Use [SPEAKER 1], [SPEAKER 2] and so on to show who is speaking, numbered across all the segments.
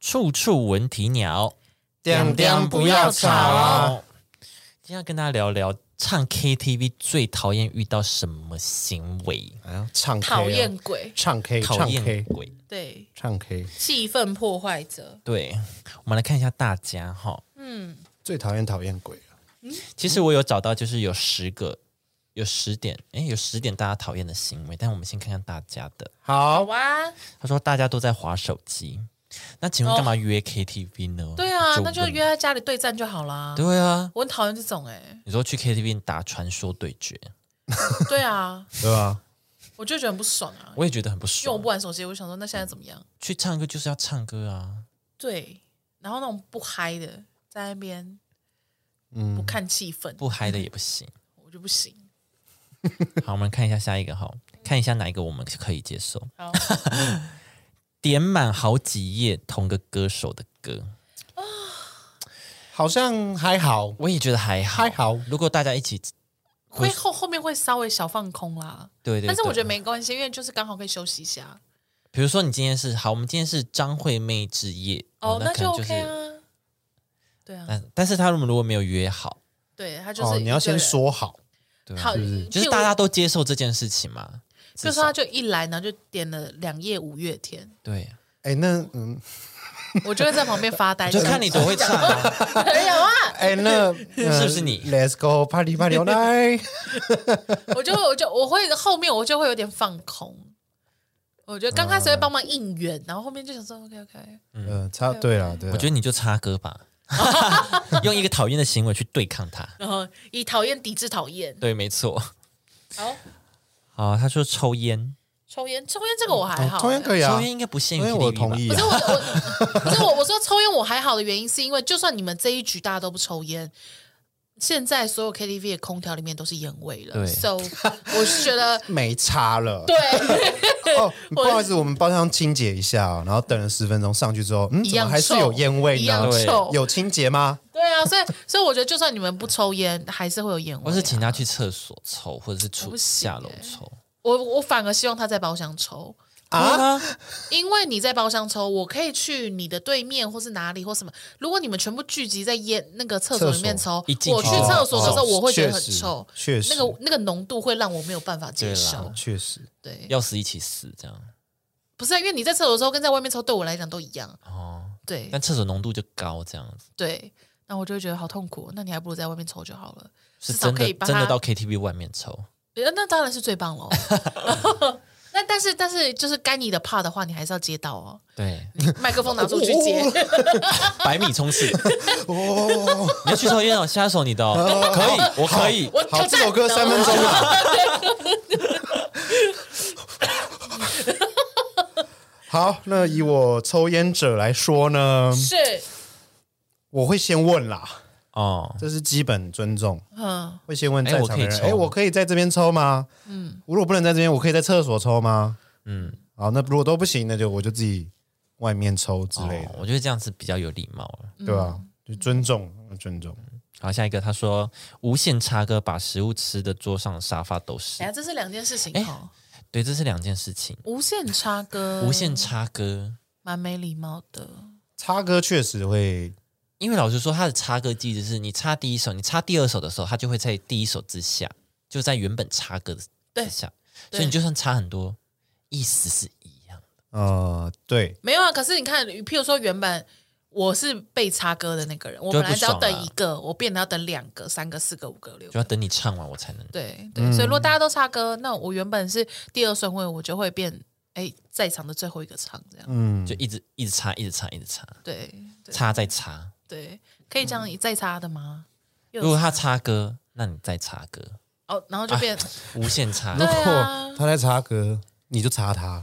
[SPEAKER 1] 处处闻啼鸟，
[SPEAKER 2] 点点不要吵哦。
[SPEAKER 1] 今天要跟大家聊聊唱 KTV 最讨厌遇到什么行为？
[SPEAKER 2] 哎呀，唱 K，啊
[SPEAKER 3] 讨厌鬼，
[SPEAKER 2] 唱 K，
[SPEAKER 1] 讨
[SPEAKER 2] 唱
[SPEAKER 1] 厌
[SPEAKER 2] K，
[SPEAKER 1] 鬼。
[SPEAKER 3] 对，
[SPEAKER 2] 唱 K，
[SPEAKER 3] 气氛破坏者，
[SPEAKER 1] 对，我们来看一下大家哈。
[SPEAKER 3] 嗯，
[SPEAKER 2] 最讨厌讨厌鬼了。
[SPEAKER 1] 其实我有找到，就是有十个，有十点，诶，有十点大家讨厌的行为。但我们先看看大家的。
[SPEAKER 3] 好
[SPEAKER 2] 好，
[SPEAKER 3] 啊，
[SPEAKER 1] 他说大家都在划手机，那请问
[SPEAKER 3] 哦
[SPEAKER 1] 干嘛约 KTV 呢？
[SPEAKER 3] 对啊，
[SPEAKER 1] 我
[SPEAKER 3] 那就
[SPEAKER 1] 问
[SPEAKER 3] 约。在家里对战就好啦。
[SPEAKER 1] 对啊，
[SPEAKER 3] 我很讨厌这种哎，
[SPEAKER 1] 你说去 KTV 打传说对决，
[SPEAKER 3] 对啊，
[SPEAKER 2] 对吧？
[SPEAKER 3] 我就觉得很不爽啊，
[SPEAKER 1] 我也觉得很不
[SPEAKER 3] 因为我
[SPEAKER 1] 爽
[SPEAKER 3] 不。玩手机，我想说那现在怎么样？
[SPEAKER 1] 去唱歌就是要唱歌啊，
[SPEAKER 3] 对，然后那种不嗨的在那边不
[SPEAKER 2] 嗯，
[SPEAKER 3] 看气氛，
[SPEAKER 1] 不嗨的也不行。
[SPEAKER 3] 我就不行。
[SPEAKER 1] 好，我们看一下下一个哈，看一下哪一个我们可以接受。
[SPEAKER 3] 好，
[SPEAKER 1] 点满好几页同个歌手的歌，
[SPEAKER 2] 好像还好，
[SPEAKER 1] 我也觉得还好。
[SPEAKER 2] 还好
[SPEAKER 1] 如果大家一起，
[SPEAKER 3] 会后后面会稍微小放空啦，
[SPEAKER 1] 对对
[SPEAKER 3] 但是我
[SPEAKER 1] 对
[SPEAKER 3] 觉得没关系，因为就是刚好可以休息一下。
[SPEAKER 1] 比如说你今天是好，我们今天是张惠妹之夜
[SPEAKER 3] 哦，
[SPEAKER 1] 那
[SPEAKER 3] 那
[SPEAKER 1] 可
[SPEAKER 3] 就
[SPEAKER 1] 能是
[SPEAKER 3] OK 啊。对啊，
[SPEAKER 1] 但但是他们如果没有约好，
[SPEAKER 3] 对他就是
[SPEAKER 2] 哦，
[SPEAKER 3] 一
[SPEAKER 2] 你要
[SPEAKER 3] 个
[SPEAKER 2] 先
[SPEAKER 3] 人
[SPEAKER 2] 说好，
[SPEAKER 1] 对吧
[SPEAKER 3] 好，
[SPEAKER 1] 就是大家都接受这件事情嘛。
[SPEAKER 3] 就
[SPEAKER 1] 至
[SPEAKER 3] 是
[SPEAKER 1] 少
[SPEAKER 3] 他就一来，然后就点了两页五月天，
[SPEAKER 1] 对，
[SPEAKER 2] 哎，那嗯，
[SPEAKER 3] 我就会在旁边发呆，
[SPEAKER 1] 就看你多会唱 啊。
[SPEAKER 3] 没有啊，
[SPEAKER 2] 哎，那
[SPEAKER 1] 是
[SPEAKER 2] 是
[SPEAKER 1] 不是你
[SPEAKER 2] ？Let's go，啪里啪里来，
[SPEAKER 3] 我就我就我会后面我就会有点放空，我觉得刚开始会帮忙应援，然后后面就想说 OK OK，
[SPEAKER 2] 嗯，差对了，对
[SPEAKER 1] 我
[SPEAKER 2] 了
[SPEAKER 1] 觉，得你就插歌吧， 用一个讨厌的行为去对抗他。
[SPEAKER 3] 然后以讨厌抵制讨厌，
[SPEAKER 1] 对，没错。
[SPEAKER 3] 好，
[SPEAKER 1] 好，他说抽烟，
[SPEAKER 3] 抽烟抽烟这个我还
[SPEAKER 2] 哦
[SPEAKER 3] 好，
[SPEAKER 2] 抽烟可
[SPEAKER 3] 以。
[SPEAKER 2] 以啊
[SPEAKER 1] 抽，烟应该不限于
[SPEAKER 2] 因为
[SPEAKER 1] KTV
[SPEAKER 2] 我
[SPEAKER 1] 吧
[SPEAKER 2] 同意
[SPEAKER 3] 不
[SPEAKER 2] 啊
[SPEAKER 3] 是，我，我不是我，我说抽烟我还好的原因，是因为就算你们这一局大家都不抽烟，现在所有 KTV 的空调里面都是烟味了
[SPEAKER 1] 对
[SPEAKER 3] ，so 我是觉得
[SPEAKER 2] 没差了。
[SPEAKER 3] 对，
[SPEAKER 2] 哦，不好意思，我们包厢清洁一下哦，然后等了十分钟上去之后，嗯，
[SPEAKER 3] 一
[SPEAKER 2] 怎
[SPEAKER 3] 样
[SPEAKER 2] 么还是
[SPEAKER 3] 臭
[SPEAKER 2] 有烟味
[SPEAKER 3] 一
[SPEAKER 2] 呢
[SPEAKER 3] 样？
[SPEAKER 1] 对
[SPEAKER 3] 臭，
[SPEAKER 2] 有清洁吗？
[SPEAKER 3] 对啊，所以所以我觉得，就算你们不抽烟，还是会有烟味啊、
[SPEAKER 1] 或是请他去厕所抽，或者是出
[SPEAKER 3] 不行
[SPEAKER 1] 下
[SPEAKER 3] 欸
[SPEAKER 1] 楼抽
[SPEAKER 3] 我我反而希望他在包厢抽，
[SPEAKER 2] 啊，
[SPEAKER 3] 因为你在包厢抽，我可以去你的对面或是哪里或什么。如果你们全部聚集在烟那个厕所里面抽，
[SPEAKER 1] 一进去
[SPEAKER 3] 我去厕所的时候，
[SPEAKER 2] 哦
[SPEAKER 3] 我会觉得
[SPEAKER 2] 确
[SPEAKER 3] 很
[SPEAKER 2] 实
[SPEAKER 3] 臭，
[SPEAKER 2] 确实
[SPEAKER 3] 那个那个浓度会让我没有办法接
[SPEAKER 1] 对
[SPEAKER 3] 受
[SPEAKER 1] 啦。
[SPEAKER 2] 确实，
[SPEAKER 3] 对，
[SPEAKER 1] 要死一起死这样。
[SPEAKER 3] 不是啊因为你在厕所抽跟在外面抽对我来讲都一样。
[SPEAKER 1] 哦，
[SPEAKER 3] 对
[SPEAKER 1] 但厕所浓度就高这样子，
[SPEAKER 3] 对，那我就会觉得好痛苦。哦那你还不如在外面抽就好了，
[SPEAKER 1] 是
[SPEAKER 3] 至少
[SPEAKER 1] 真
[SPEAKER 3] 可
[SPEAKER 1] 的
[SPEAKER 3] 以把
[SPEAKER 1] 真的
[SPEAKER 3] 它
[SPEAKER 1] 到 KTV 外面抽。
[SPEAKER 3] 呃那当然是最棒喽。那但是但是就是该你的怕的话，你还是要接到哦。
[SPEAKER 1] 对，
[SPEAKER 3] 麦克风拿出去接，
[SPEAKER 1] 百米冲刺，
[SPEAKER 2] 哦，
[SPEAKER 1] 你要去抽烟哦，下手你的哦，可以，我可以。
[SPEAKER 3] 我
[SPEAKER 2] 好，
[SPEAKER 3] 挑
[SPEAKER 2] 这
[SPEAKER 3] 战
[SPEAKER 2] 首歌三分钟
[SPEAKER 3] 哦
[SPEAKER 2] 啊。好，那以我抽烟者来说呢，
[SPEAKER 3] 是，
[SPEAKER 2] 我会先问啦，
[SPEAKER 1] 哦，
[SPEAKER 2] 这是基本尊重，
[SPEAKER 3] 嗯，
[SPEAKER 2] 会先问
[SPEAKER 1] 哎
[SPEAKER 2] 在
[SPEAKER 1] 我
[SPEAKER 2] 场
[SPEAKER 1] 可以
[SPEAKER 2] 的人，
[SPEAKER 1] 抽
[SPEAKER 2] 哎，
[SPEAKER 1] 吗
[SPEAKER 2] 我可以在这边抽吗？嗯，如果不能在这边，我可以在厕所抽吗？
[SPEAKER 1] 嗯，
[SPEAKER 2] 好，那如果都不行，那就我就自己外面抽之类
[SPEAKER 1] 哦
[SPEAKER 2] 的，
[SPEAKER 1] 我觉得这样子比较有礼貌了。
[SPEAKER 2] 对吧？
[SPEAKER 3] 嗯
[SPEAKER 2] 就尊重，尊重。
[SPEAKER 1] 好，下一个他说无限插歌，把食物吃的桌上、沙发都
[SPEAKER 3] 哎
[SPEAKER 1] 是。
[SPEAKER 3] 呀，这是两件事情哦。
[SPEAKER 1] 对，这是两件事情。
[SPEAKER 3] 无限插歌，
[SPEAKER 1] 无限插歌，
[SPEAKER 3] 蛮没礼貌的。
[SPEAKER 2] 插歌确实会，
[SPEAKER 1] 因为老实说，他的插歌机制是你插第一首，你插第二首的时候，他就会在第一首之下，就在原本插歌的之下，
[SPEAKER 3] 对
[SPEAKER 1] 所以你就算插很多，意思是一样的。
[SPEAKER 2] 呃，对，
[SPEAKER 3] 没有啊，可是你看，譬如说原本我是被插歌的那个人，我
[SPEAKER 1] 就
[SPEAKER 3] 本
[SPEAKER 1] 会不
[SPEAKER 3] 来只要
[SPEAKER 1] 爽啊
[SPEAKER 3] 等一个，我变得要等两个、三个、四个、五个、六
[SPEAKER 1] 就
[SPEAKER 3] 个。
[SPEAKER 1] 要等你唱完我才能。
[SPEAKER 3] 对对，所以如果大家都插歌，那我原本是第二顺位，我就会变哎在场的最后一个唱这样。
[SPEAKER 2] 嗯，
[SPEAKER 1] 就一直一直插，一直插，一直插，
[SPEAKER 3] 对对
[SPEAKER 1] 插再插。
[SPEAKER 3] 对，可以这样再插的吗？又
[SPEAKER 1] 嗯如果他啊插歌，那你再插歌，
[SPEAKER 3] 哦，然后就变
[SPEAKER 1] 无限插。
[SPEAKER 3] 对
[SPEAKER 2] 如
[SPEAKER 3] 啊
[SPEAKER 2] 果他在插歌，你就插他。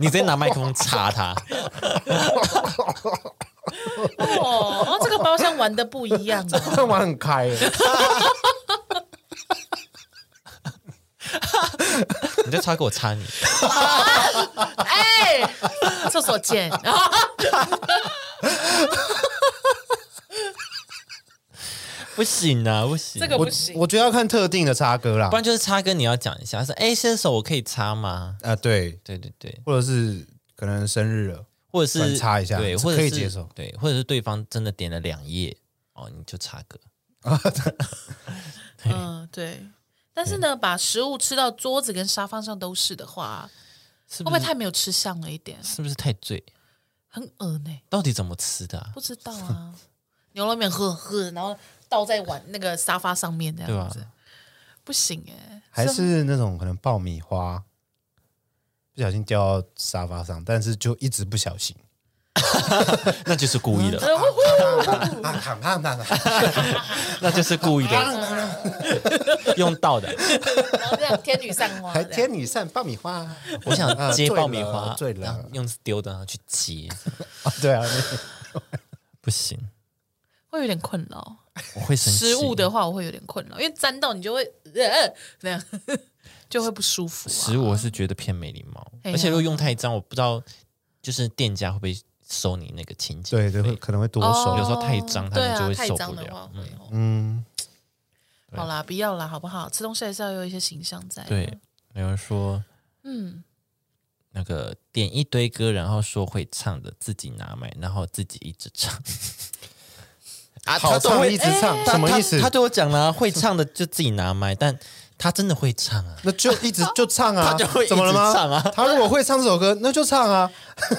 [SPEAKER 1] 你直接拿麦克风插他，
[SPEAKER 3] 哦，哦这个包厢玩的不一样 哦。
[SPEAKER 2] 他玩很开耶，
[SPEAKER 1] 你就插给我插你。
[SPEAKER 3] 哎，厕所错键，
[SPEAKER 1] 不行啊，不行。
[SPEAKER 4] 这个
[SPEAKER 2] 我
[SPEAKER 4] 不行。
[SPEAKER 2] 我觉得要看特定的插歌啦
[SPEAKER 1] 不，然就是插歌，你要讲一下，说哎，这首我可以插吗？
[SPEAKER 2] 啊，对，
[SPEAKER 1] 对对对，
[SPEAKER 2] 或者是可能生日了，
[SPEAKER 1] 或者
[SPEAKER 2] 不
[SPEAKER 1] 是
[SPEAKER 2] 然插一下
[SPEAKER 1] 对，
[SPEAKER 2] 这
[SPEAKER 1] 或者
[SPEAKER 2] 可以
[SPEAKER 1] 是
[SPEAKER 2] 接受
[SPEAKER 1] 对，或者是对方真的点了两页，哦，你就插歌。
[SPEAKER 3] 嗯，对。但是呢，把食物吃到桌子跟沙发上都是的话，
[SPEAKER 1] 是
[SPEAKER 3] 会
[SPEAKER 1] 不
[SPEAKER 3] 不会
[SPEAKER 1] 是
[SPEAKER 3] 太没有吃相了一点？
[SPEAKER 1] 是不是太醉？
[SPEAKER 3] 很恶呢、
[SPEAKER 1] 到底怎么吃的、啊
[SPEAKER 3] 不？知 道啊。牛肉面喝喝，然后倒在碗那个沙发上面这
[SPEAKER 1] 对吧啊
[SPEAKER 3] 样子，不行哎、
[SPEAKER 2] 还是那种可能爆米花不小心掉到沙发上，但是就一直不小心，
[SPEAKER 1] 那就是故意
[SPEAKER 3] 嗯
[SPEAKER 1] 的，
[SPEAKER 2] 啊，喊喊喊喊
[SPEAKER 1] 那就是故意的，
[SPEAKER 3] 嗯
[SPEAKER 1] 用到的。
[SPEAKER 3] 然后这样天女散花，
[SPEAKER 2] 还
[SPEAKER 3] 这样
[SPEAKER 2] 天女散爆米花，啊
[SPEAKER 1] 我想接爆米花，
[SPEAKER 2] 醉了醉了
[SPEAKER 1] 然后用丢的然后去接，
[SPEAKER 2] 对啊，那
[SPEAKER 1] 不行，
[SPEAKER 3] 会有点困扰。
[SPEAKER 1] 我会生气。
[SPEAKER 3] 食物的话，我会有点困扰，因为沾到你就会呃那样， 就会不舒服、啊。
[SPEAKER 1] 食物，我是觉得偏没礼貌，
[SPEAKER 3] 哎呀
[SPEAKER 1] 而且如果用太脏，我不知道就是店家会不会收你那个清洁
[SPEAKER 2] 对
[SPEAKER 1] 费。
[SPEAKER 2] 对，会可能会多
[SPEAKER 3] 哦
[SPEAKER 2] 手，
[SPEAKER 1] 有时候太脏他
[SPEAKER 3] 对
[SPEAKER 1] 们
[SPEAKER 3] 啊
[SPEAKER 1] 就会
[SPEAKER 3] 太
[SPEAKER 1] 受
[SPEAKER 3] 脏
[SPEAKER 1] 不
[SPEAKER 3] 的
[SPEAKER 1] 了
[SPEAKER 3] 话会哦
[SPEAKER 2] 嗯，
[SPEAKER 3] 好啦，不要啦，好不好？吃东西还是要有一些形象在。
[SPEAKER 1] 对，有人说
[SPEAKER 3] 哎嗯，
[SPEAKER 1] 那个点一堆歌，然后说会唱的自己拿买，然后自己一直唱。 啊
[SPEAKER 2] 好唱一直唱，什么意思
[SPEAKER 1] 哎他？对我讲了、会唱的就自己拿麦，但他真的会唱啊。
[SPEAKER 2] 那就一 直就唱啊，
[SPEAKER 1] 他就会一直
[SPEAKER 2] 怎么了吗？
[SPEAKER 1] 唱啊
[SPEAKER 2] 他如果会唱这首歌，那就唱啊，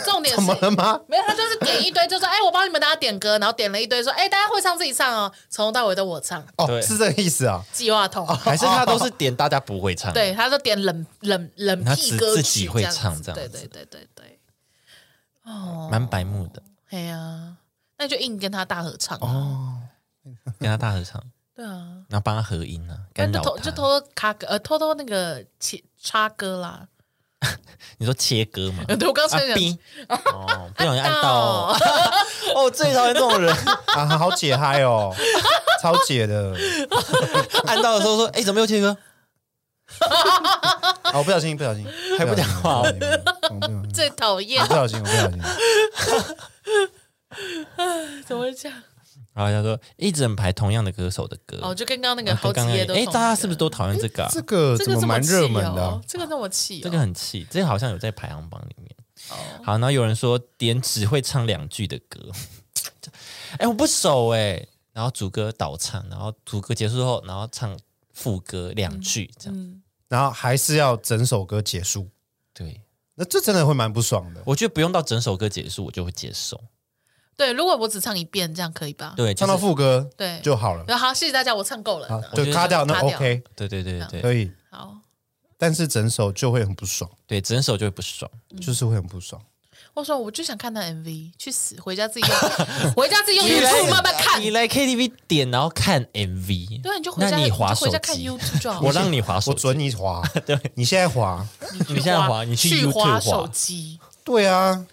[SPEAKER 3] 重点是
[SPEAKER 2] 怎么了吗？
[SPEAKER 3] 没有，他就是点一堆，就说哎，我帮你们大家点歌，然后点了一堆，说哎，大家会唱自己唱哦，从头到尾都我唱，
[SPEAKER 2] 哦，
[SPEAKER 1] 对
[SPEAKER 2] 是这个意思啊。
[SPEAKER 3] 计划筒。
[SPEAKER 1] 还是他都是点大家不会唱，，
[SPEAKER 3] 对，他说点冷冷冷
[SPEAKER 1] 他
[SPEAKER 3] 僻
[SPEAKER 1] 只
[SPEAKER 3] 歌曲
[SPEAKER 1] 自己会唱这
[SPEAKER 3] 这样
[SPEAKER 1] 样
[SPEAKER 3] 子
[SPEAKER 1] 子
[SPEAKER 3] 对对对对对。哦，
[SPEAKER 1] 蛮白目的，
[SPEAKER 3] 哎呀，那就硬跟他大合唱哦。
[SPEAKER 2] 哦，
[SPEAKER 1] 跟他大合唱，
[SPEAKER 3] 对啊，
[SPEAKER 1] 然后帮他合音啊，
[SPEAKER 3] 那
[SPEAKER 1] 干
[SPEAKER 3] 就
[SPEAKER 1] 扰
[SPEAKER 3] 偷
[SPEAKER 1] 他。
[SPEAKER 3] 就偷偷卡歌，呃，偷偷那个切插歌啦。
[SPEAKER 1] 你说切歌嘛？
[SPEAKER 3] 对，我刚
[SPEAKER 1] 啊
[SPEAKER 3] 才讲
[SPEAKER 1] ，B 哦，不小心按到
[SPEAKER 3] 到
[SPEAKER 1] 哦，哦，最讨厌这种人，
[SPEAKER 2] 啊，好解嗨 哦，超解的。
[SPEAKER 1] 按到的时候说，哎，怎么又切歌？
[SPEAKER 2] 啊，我不小心，不小心，
[SPEAKER 1] 还不讲话
[SPEAKER 2] 不小心我不小
[SPEAKER 1] 嗯
[SPEAKER 2] 心
[SPEAKER 3] 最讨 厌
[SPEAKER 2] 我，不小心，我不小 心。
[SPEAKER 3] 怎么会这样？
[SPEAKER 1] 然后他说一整排同样的歌手的歌，
[SPEAKER 3] 哦，就跟刚刚那个
[SPEAKER 1] 然后
[SPEAKER 3] 好
[SPEAKER 1] 跟刚
[SPEAKER 3] 几
[SPEAKER 1] 刚
[SPEAKER 3] 页都
[SPEAKER 1] 哎，
[SPEAKER 3] 同
[SPEAKER 1] 大家
[SPEAKER 3] 一个
[SPEAKER 1] 是不是都讨厌这
[SPEAKER 3] 嗯
[SPEAKER 1] 个啊？
[SPEAKER 2] 这个怎
[SPEAKER 3] 这个
[SPEAKER 2] 么
[SPEAKER 3] 这么
[SPEAKER 2] 蛮热
[SPEAKER 3] 气
[SPEAKER 2] 门的啊
[SPEAKER 3] 哦？这个这么气哦，
[SPEAKER 1] 这个很气，这个好像有在排行榜里面。
[SPEAKER 3] 哦
[SPEAKER 1] 好，然后有人说点只会唱两句的歌， 哎、我不熟哎、然后主歌倒唱，然后主歌结束后，然后唱副歌两句，这样、
[SPEAKER 3] 嗯，
[SPEAKER 2] 然后还是要整首歌结束，
[SPEAKER 1] 对。
[SPEAKER 2] 那这真的会蛮不爽的。
[SPEAKER 1] 我觉得不用到整首歌结束，我就会接受。
[SPEAKER 3] 对，如果我只唱一遍，这样可以吧？
[SPEAKER 1] 对，就是
[SPEAKER 2] 唱到副歌
[SPEAKER 3] 对，
[SPEAKER 2] 就好了，
[SPEAKER 3] 然后好，谢谢大家，我唱够了。
[SPEAKER 2] 好
[SPEAKER 3] 这样
[SPEAKER 1] 我觉
[SPEAKER 2] 就
[SPEAKER 1] 得
[SPEAKER 2] 卡掉，那
[SPEAKER 3] 卡掉
[SPEAKER 2] OK
[SPEAKER 1] 对对对
[SPEAKER 3] 嗯
[SPEAKER 1] 对对
[SPEAKER 2] 可以，
[SPEAKER 3] 好，
[SPEAKER 2] 但是整首就会很不爽，
[SPEAKER 1] 对，整首就会不爽。
[SPEAKER 3] 嗯
[SPEAKER 2] 就是会很不爽。
[SPEAKER 3] 我说我就想看他 MV，去死，回家自 己用，回家自己用 YouTube 慢慢看
[SPEAKER 1] 你。来 KTV 点，然后看 MV，
[SPEAKER 3] 对，你就回家，
[SPEAKER 1] 那你滑
[SPEAKER 3] 就
[SPEAKER 1] 手
[SPEAKER 3] 回家看
[SPEAKER 1] 机，
[SPEAKER 3] YouTube 就好了。
[SPEAKER 1] 我让你滑啊手
[SPEAKER 2] 我
[SPEAKER 1] 机，
[SPEAKER 2] 准 你滑，对你现在滑，
[SPEAKER 1] 你现在滑，你
[SPEAKER 3] 去
[SPEAKER 1] YouTube 滑，哦
[SPEAKER 3] 手机，
[SPEAKER 2] 对啊，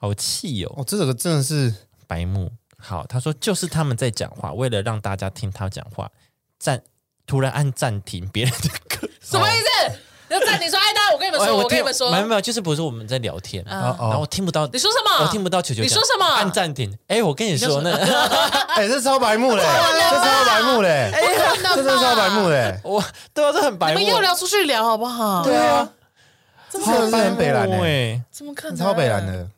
[SPEAKER 1] 好气哦。
[SPEAKER 2] 哦，这个真的是
[SPEAKER 1] 白目。好，他说就是他们在讲话，为了让大家听他讲话，暂突然按暂停别人的歌。哦
[SPEAKER 3] 什么意思？要暂停说，哎，大家，我跟你们
[SPEAKER 1] 哎
[SPEAKER 3] 说，我
[SPEAKER 1] 听
[SPEAKER 3] 跟你们说嗯
[SPEAKER 1] 没，有没有，就是比如说我们在聊天，
[SPEAKER 2] 哦
[SPEAKER 1] 然后
[SPEAKER 2] 哦
[SPEAKER 1] 我，听不到，
[SPEAKER 3] 你说什么？
[SPEAKER 1] 我听不到球球，
[SPEAKER 3] 你说什么
[SPEAKER 1] 按暂停。哎，我跟你说，那
[SPEAKER 2] 哎，这超白目嘞，这超白目嘞，
[SPEAKER 3] 不
[SPEAKER 2] 哎这
[SPEAKER 3] 能
[SPEAKER 2] 真的超白目
[SPEAKER 3] 吧
[SPEAKER 2] 嘞，
[SPEAKER 1] 我对啊，这很白
[SPEAKER 3] 你
[SPEAKER 1] 目
[SPEAKER 3] 们，又聊出去聊好不好？
[SPEAKER 2] 对啊，
[SPEAKER 3] 这
[SPEAKER 2] 这
[SPEAKER 3] 么
[SPEAKER 2] 真的是很哦北蓝嘞，
[SPEAKER 1] 哎，
[SPEAKER 3] 怎么可能？
[SPEAKER 2] 超北蓝，的。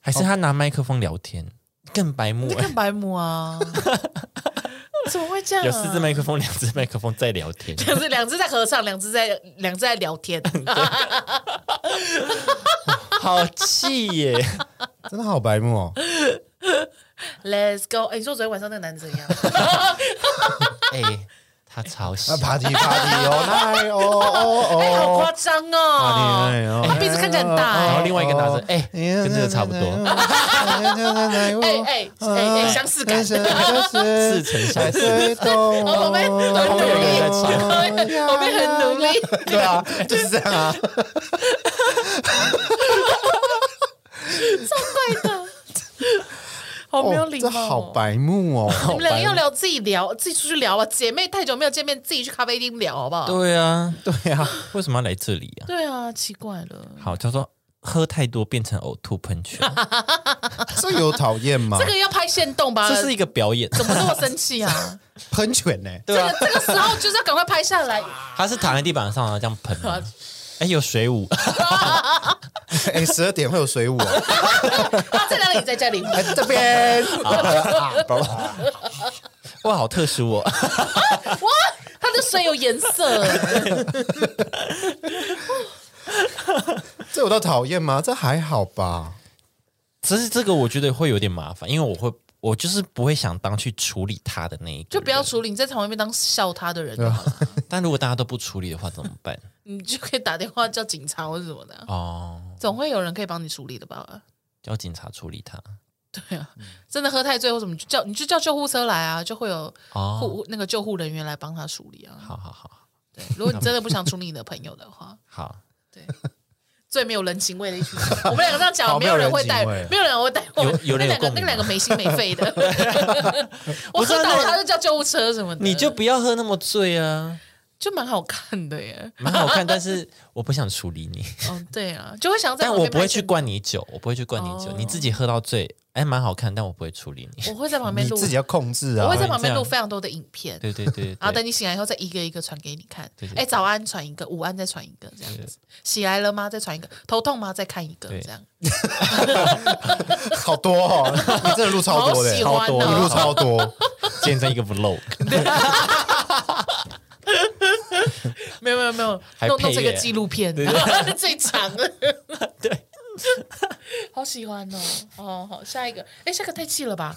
[SPEAKER 1] 还是他拿麦克风聊天更白目
[SPEAKER 3] 你在
[SPEAKER 1] 哎。
[SPEAKER 3] 看白目 啊？怎么会这样、啊？
[SPEAKER 1] 有 四支麦克风，两支麦克风在聊天，
[SPEAKER 3] 两只两只在合唱，两只在两只在聊 天。
[SPEAKER 1] 好气 耶！
[SPEAKER 2] 真的好白目哦！
[SPEAKER 3] Let's go！哎、你说昨天晚上那个男的怎样？
[SPEAKER 2] 哦
[SPEAKER 1] 哎，他 超喜
[SPEAKER 2] 那，爬梯爬梯哦，嗨哦哦哦，
[SPEAKER 3] 哎、好夸
[SPEAKER 2] 爬
[SPEAKER 3] 张
[SPEAKER 2] 梯
[SPEAKER 3] 哦！
[SPEAKER 2] 哦，
[SPEAKER 3] 他鼻子看起来很大哎、
[SPEAKER 1] 然后另外一个男生，哎，跟这个差不多。
[SPEAKER 2] 哎
[SPEAKER 3] 哎哎哎相似感 哦
[SPEAKER 1] 似
[SPEAKER 2] 似
[SPEAKER 1] 曾相识
[SPEAKER 2] 推动。
[SPEAKER 3] 我们很
[SPEAKER 2] 哦
[SPEAKER 1] 有
[SPEAKER 3] 努
[SPEAKER 1] 人在
[SPEAKER 3] 力，
[SPEAKER 1] 唱
[SPEAKER 3] 我们很努力。
[SPEAKER 2] 对啊，就是这样 啊。
[SPEAKER 3] 好没有
[SPEAKER 2] 哦
[SPEAKER 3] 礼貌、
[SPEAKER 2] 这
[SPEAKER 3] 哦，
[SPEAKER 2] 好。白目哦。
[SPEAKER 3] 你们两个要聊自己聊，自己出去聊啊！姐妹太久没有见面，自己去咖啡厅聊好不好？
[SPEAKER 1] 对啊，
[SPEAKER 2] 对啊，
[SPEAKER 1] 为什么要来这里啊？
[SPEAKER 3] 对啊，奇怪了。
[SPEAKER 1] 好，他说喝太多变成呕吐喷泉，
[SPEAKER 2] 这有讨厌吗
[SPEAKER 3] 这？个要拍现动吧？
[SPEAKER 1] 这是一个表演，
[SPEAKER 3] 怎么那么生气啊？
[SPEAKER 2] 喷泉呢？
[SPEAKER 1] 对啊，
[SPEAKER 3] 这个时候就是要赶快拍下 来，
[SPEAKER 1] 他是躺在地板上然后这样喷啊，哎，有水舞，
[SPEAKER 2] 哎，十二点会有水舞哦，
[SPEAKER 3] 他在哪里？在 这里。
[SPEAKER 2] 哎这 边，宝宝
[SPEAKER 1] 哇，好特殊哦，
[SPEAKER 3] 哇，它的水有颜色，
[SPEAKER 2] 这有到讨厌吗？这还好吧？
[SPEAKER 1] 只是这个我觉得会有点麻烦，因为我会我就是不会想当去处理他的那一个，
[SPEAKER 3] 就不要。处理。你在旁边当笑 他的人就
[SPEAKER 1] 啊
[SPEAKER 3] 好了，
[SPEAKER 1] 但如果大家都不处理的话怎么办？
[SPEAKER 3] 你就可以打电话叫警察或者什么的，
[SPEAKER 1] 哦，
[SPEAKER 3] 总会有人可以帮你处理的
[SPEAKER 1] 嗯
[SPEAKER 3] 吧？
[SPEAKER 1] 叫警察处理他。
[SPEAKER 3] 对啊，真的喝太醉或什么，你就叫你就叫救护车来啊，就会有
[SPEAKER 1] 哦，
[SPEAKER 3] 护那个救护人员来帮他处理啊。
[SPEAKER 1] 好好好
[SPEAKER 3] 对，如果你真的不想处理你的朋友的话，
[SPEAKER 1] 好，
[SPEAKER 3] 最没有人情味的一群 人。我们两个这样讲，
[SPEAKER 2] 好
[SPEAKER 3] 没有人会
[SPEAKER 2] 没有人
[SPEAKER 3] 带，
[SPEAKER 2] 情味
[SPEAKER 3] 没有人会带我们。
[SPEAKER 1] 有有
[SPEAKER 3] 那
[SPEAKER 1] 人有
[SPEAKER 3] 两个
[SPEAKER 1] 共鸣吗啊
[SPEAKER 3] 那两个没心没肺的， 我
[SPEAKER 1] 不是啊
[SPEAKER 3] 喝到
[SPEAKER 1] 那
[SPEAKER 3] 了他就叫救护车什么的，
[SPEAKER 1] 你就不要喝那么醉啊，
[SPEAKER 3] 就蛮好看的耶。
[SPEAKER 1] 蛮好看，但是我不想处理你，
[SPEAKER 3] 嗯，对啊，就会想在
[SPEAKER 1] 但
[SPEAKER 3] 旁边
[SPEAKER 1] 我不会
[SPEAKER 3] 拍
[SPEAKER 1] 去
[SPEAKER 3] 成，
[SPEAKER 1] 灌你酒，我不会去灌你酒，
[SPEAKER 3] 哦
[SPEAKER 1] 你自己喝到醉，哎，蛮好看，但我不会处理你。
[SPEAKER 3] 我会在旁
[SPEAKER 2] 你
[SPEAKER 3] 边录，
[SPEAKER 2] 自己要控制
[SPEAKER 3] 我
[SPEAKER 2] 啊
[SPEAKER 3] 会。在旁边
[SPEAKER 1] 这样
[SPEAKER 3] 录非常多的影片，
[SPEAKER 1] 对对对，
[SPEAKER 3] 然后等
[SPEAKER 1] 对
[SPEAKER 3] 你醒来以后再一个一个传给你看
[SPEAKER 1] 对对。对
[SPEAKER 3] 哎，早安传一个，午安再传一个，这样子。起来了吗？再传一个。头痛吗？再看一个，
[SPEAKER 1] 对
[SPEAKER 3] 这样。
[SPEAKER 2] 好多哦，你真的录超多的，
[SPEAKER 3] 好喜
[SPEAKER 1] 欢哦
[SPEAKER 2] 好多，你录超多，
[SPEAKER 1] 建在一个 vlog，
[SPEAKER 3] 没有没有没有，
[SPEAKER 1] 还
[SPEAKER 3] 弄弄
[SPEAKER 1] 配
[SPEAKER 3] 这个
[SPEAKER 1] 乐
[SPEAKER 3] 纪录片， 最长的。
[SPEAKER 1] 对，
[SPEAKER 3] 好喜欢哦。哦，好，下一个。哎，下一个太气了吧？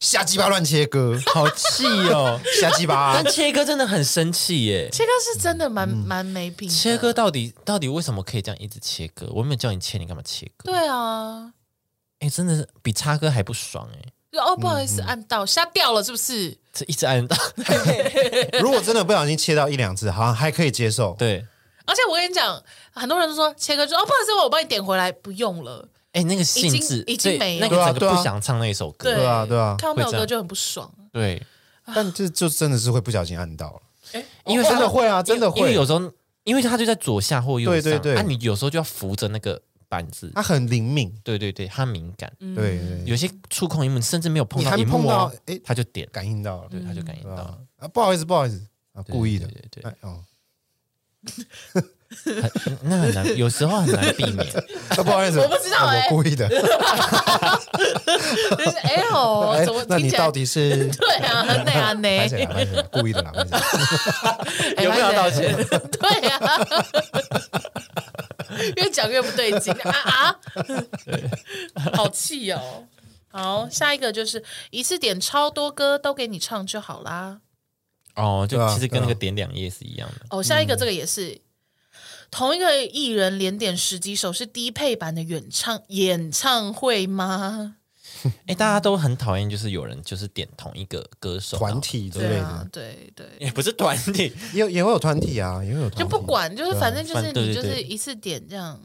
[SPEAKER 2] 瞎鸡巴乱切割，
[SPEAKER 1] 好气哦。
[SPEAKER 2] 瞎鸡巴
[SPEAKER 1] 但。切割真的很生气耶，
[SPEAKER 3] 切割是真的蛮蛮没品的。
[SPEAKER 1] 切割到底到底为什么可以这样一直切割？我没有叫你切，你干嘛切割？
[SPEAKER 3] 对啊。
[SPEAKER 1] 哎，真的是比叉哥还不爽哎，
[SPEAKER 3] 就哦，不好意思，按到瞎掉了，是不是？
[SPEAKER 1] 这一直按 到
[SPEAKER 2] 如果真的不小心切到一两次，好像还可以接受。
[SPEAKER 1] 对。
[SPEAKER 3] 而且我跟你讲，很多人都说切割就哦，不好意思，我帮你点回来，不用了。
[SPEAKER 1] 哎，那个性质
[SPEAKER 3] 已
[SPEAKER 1] 对
[SPEAKER 3] 经没有
[SPEAKER 1] 那个整
[SPEAKER 2] 对
[SPEAKER 1] 个
[SPEAKER 2] 啊对啊
[SPEAKER 1] 不想唱那一首歌，
[SPEAKER 3] 对
[SPEAKER 2] 对啊对啊
[SPEAKER 3] 看到那
[SPEAKER 1] 会
[SPEAKER 3] 首
[SPEAKER 1] 这
[SPEAKER 3] 歌
[SPEAKER 1] 样
[SPEAKER 3] 就很不爽。
[SPEAKER 1] 对，
[SPEAKER 2] 但这就真的是会不小心按到了，
[SPEAKER 3] 哎
[SPEAKER 1] 因为
[SPEAKER 2] 真的
[SPEAKER 1] 他
[SPEAKER 2] 会啊，真的
[SPEAKER 1] 因为
[SPEAKER 2] 会
[SPEAKER 1] 有。时候因为他就在左下或右上，
[SPEAKER 2] 对对对啊
[SPEAKER 1] 啊，你有时候就要扶着那个板子，
[SPEAKER 2] 它很灵敏，
[SPEAKER 1] 对对对，他敏感，
[SPEAKER 3] 嗯
[SPEAKER 2] 对对，
[SPEAKER 1] 有些触控荧幕你甚至没有碰
[SPEAKER 2] 你
[SPEAKER 1] 到
[SPEAKER 2] 还没
[SPEAKER 1] 荧幕
[SPEAKER 2] 碰到
[SPEAKER 1] 哦，，
[SPEAKER 2] 哎，
[SPEAKER 1] 他就点，
[SPEAKER 2] 感应到了，
[SPEAKER 1] 对，他就感应
[SPEAKER 2] 对
[SPEAKER 1] 到
[SPEAKER 2] 吧
[SPEAKER 1] 了，？
[SPEAKER 2] 啊，不好意思，不好意思，啊，
[SPEAKER 1] 对
[SPEAKER 2] 故意的，
[SPEAKER 1] 对对对
[SPEAKER 2] 哎哦，
[SPEAKER 1] 很那很难，有时候很难避免，
[SPEAKER 2] 啊不好意思，
[SPEAKER 3] 我不知道
[SPEAKER 2] 啊
[SPEAKER 3] 哎
[SPEAKER 2] 我故意的。
[SPEAKER 3] 就是哎呦，
[SPEAKER 2] 哎
[SPEAKER 3] 怎么，
[SPEAKER 2] 那
[SPEAKER 3] 听
[SPEAKER 2] 你
[SPEAKER 3] 起
[SPEAKER 2] 到
[SPEAKER 3] 来？
[SPEAKER 2] 底 是啊
[SPEAKER 3] 对啊，那样呢？
[SPEAKER 2] 拍谁啦？拍谁啦？故意的啦，拍谁啦？
[SPEAKER 3] 哎
[SPEAKER 1] 有没有
[SPEAKER 3] 拍谁
[SPEAKER 1] 道歉？
[SPEAKER 3] 对 啊，越讲越不对劲啊 啊！好气哦。好，下一个就是一次点超多歌都给你唱就好啦。
[SPEAKER 1] 哦，就
[SPEAKER 2] 对啊
[SPEAKER 1] 其实跟
[SPEAKER 2] 对啊
[SPEAKER 1] 那个点两页是一样的，
[SPEAKER 3] 哦，下一个这个也是、
[SPEAKER 1] 嗯
[SPEAKER 3] 同一个艺人连点十几首是低配版的演唱演唱会吗？
[SPEAKER 1] 哎，大家都很讨厌，就是有人就是点同一个歌手
[SPEAKER 2] 团，体之类
[SPEAKER 3] 对啊
[SPEAKER 2] 的，，
[SPEAKER 3] 对对。
[SPEAKER 1] 也不是团 体，
[SPEAKER 2] 也有也会有团体啊，也会有团体
[SPEAKER 3] 就不管，就是反正就是
[SPEAKER 1] 反哦对
[SPEAKER 3] 你
[SPEAKER 1] 对
[SPEAKER 3] 就是
[SPEAKER 1] 对
[SPEAKER 3] 一次点这样，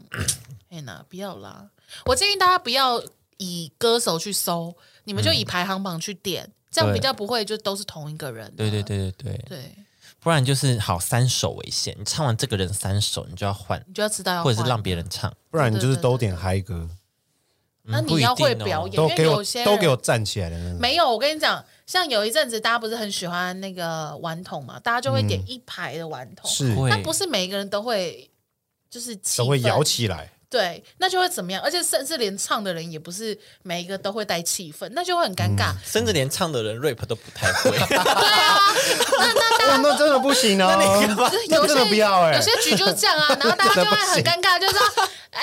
[SPEAKER 3] 哎呐，不要啦！我建议大家不要以歌手去搜，你们就以排行榜去点，这样
[SPEAKER 1] 嗯对
[SPEAKER 3] 比较不会就都是同一个人啊。
[SPEAKER 1] 对对对对对，
[SPEAKER 3] 对，
[SPEAKER 1] 不然就是好三首为限，你唱完这个人三首，你就要换，
[SPEAKER 3] 你就要知道要
[SPEAKER 1] 或者是
[SPEAKER 3] 换
[SPEAKER 1] 让别人唱，
[SPEAKER 2] 不然你就是都点嗨歌，
[SPEAKER 3] 那
[SPEAKER 1] 不
[SPEAKER 3] 你
[SPEAKER 1] 一
[SPEAKER 3] 要会
[SPEAKER 1] 定哦
[SPEAKER 3] 表演，
[SPEAKER 2] 都
[SPEAKER 3] 因为
[SPEAKER 2] 给我
[SPEAKER 3] 有些人
[SPEAKER 2] 都给我站起来的那种。
[SPEAKER 3] 没有，我跟你讲，像有一阵子大家不是很喜欢那个顽童嘛，大家就会点一排的顽童，
[SPEAKER 2] 是
[SPEAKER 1] 嗯会
[SPEAKER 3] 但不是每一个人都会。就是气
[SPEAKER 2] 都会
[SPEAKER 3] 氛
[SPEAKER 2] 摇起来，
[SPEAKER 3] 对，那就会怎么样？而且甚至连唱的人也不是每一个都会带气氛，那就会很尴尬。
[SPEAKER 1] 甚至连唱的人 rap 都不太 会。
[SPEAKER 2] 哇，那真的不行 哦，
[SPEAKER 3] 就是有
[SPEAKER 2] 那
[SPEAKER 3] 些
[SPEAKER 2] 真的不要哎
[SPEAKER 3] 有，些局就是这样啊，然后大家就会很尴尬，就说：“哎、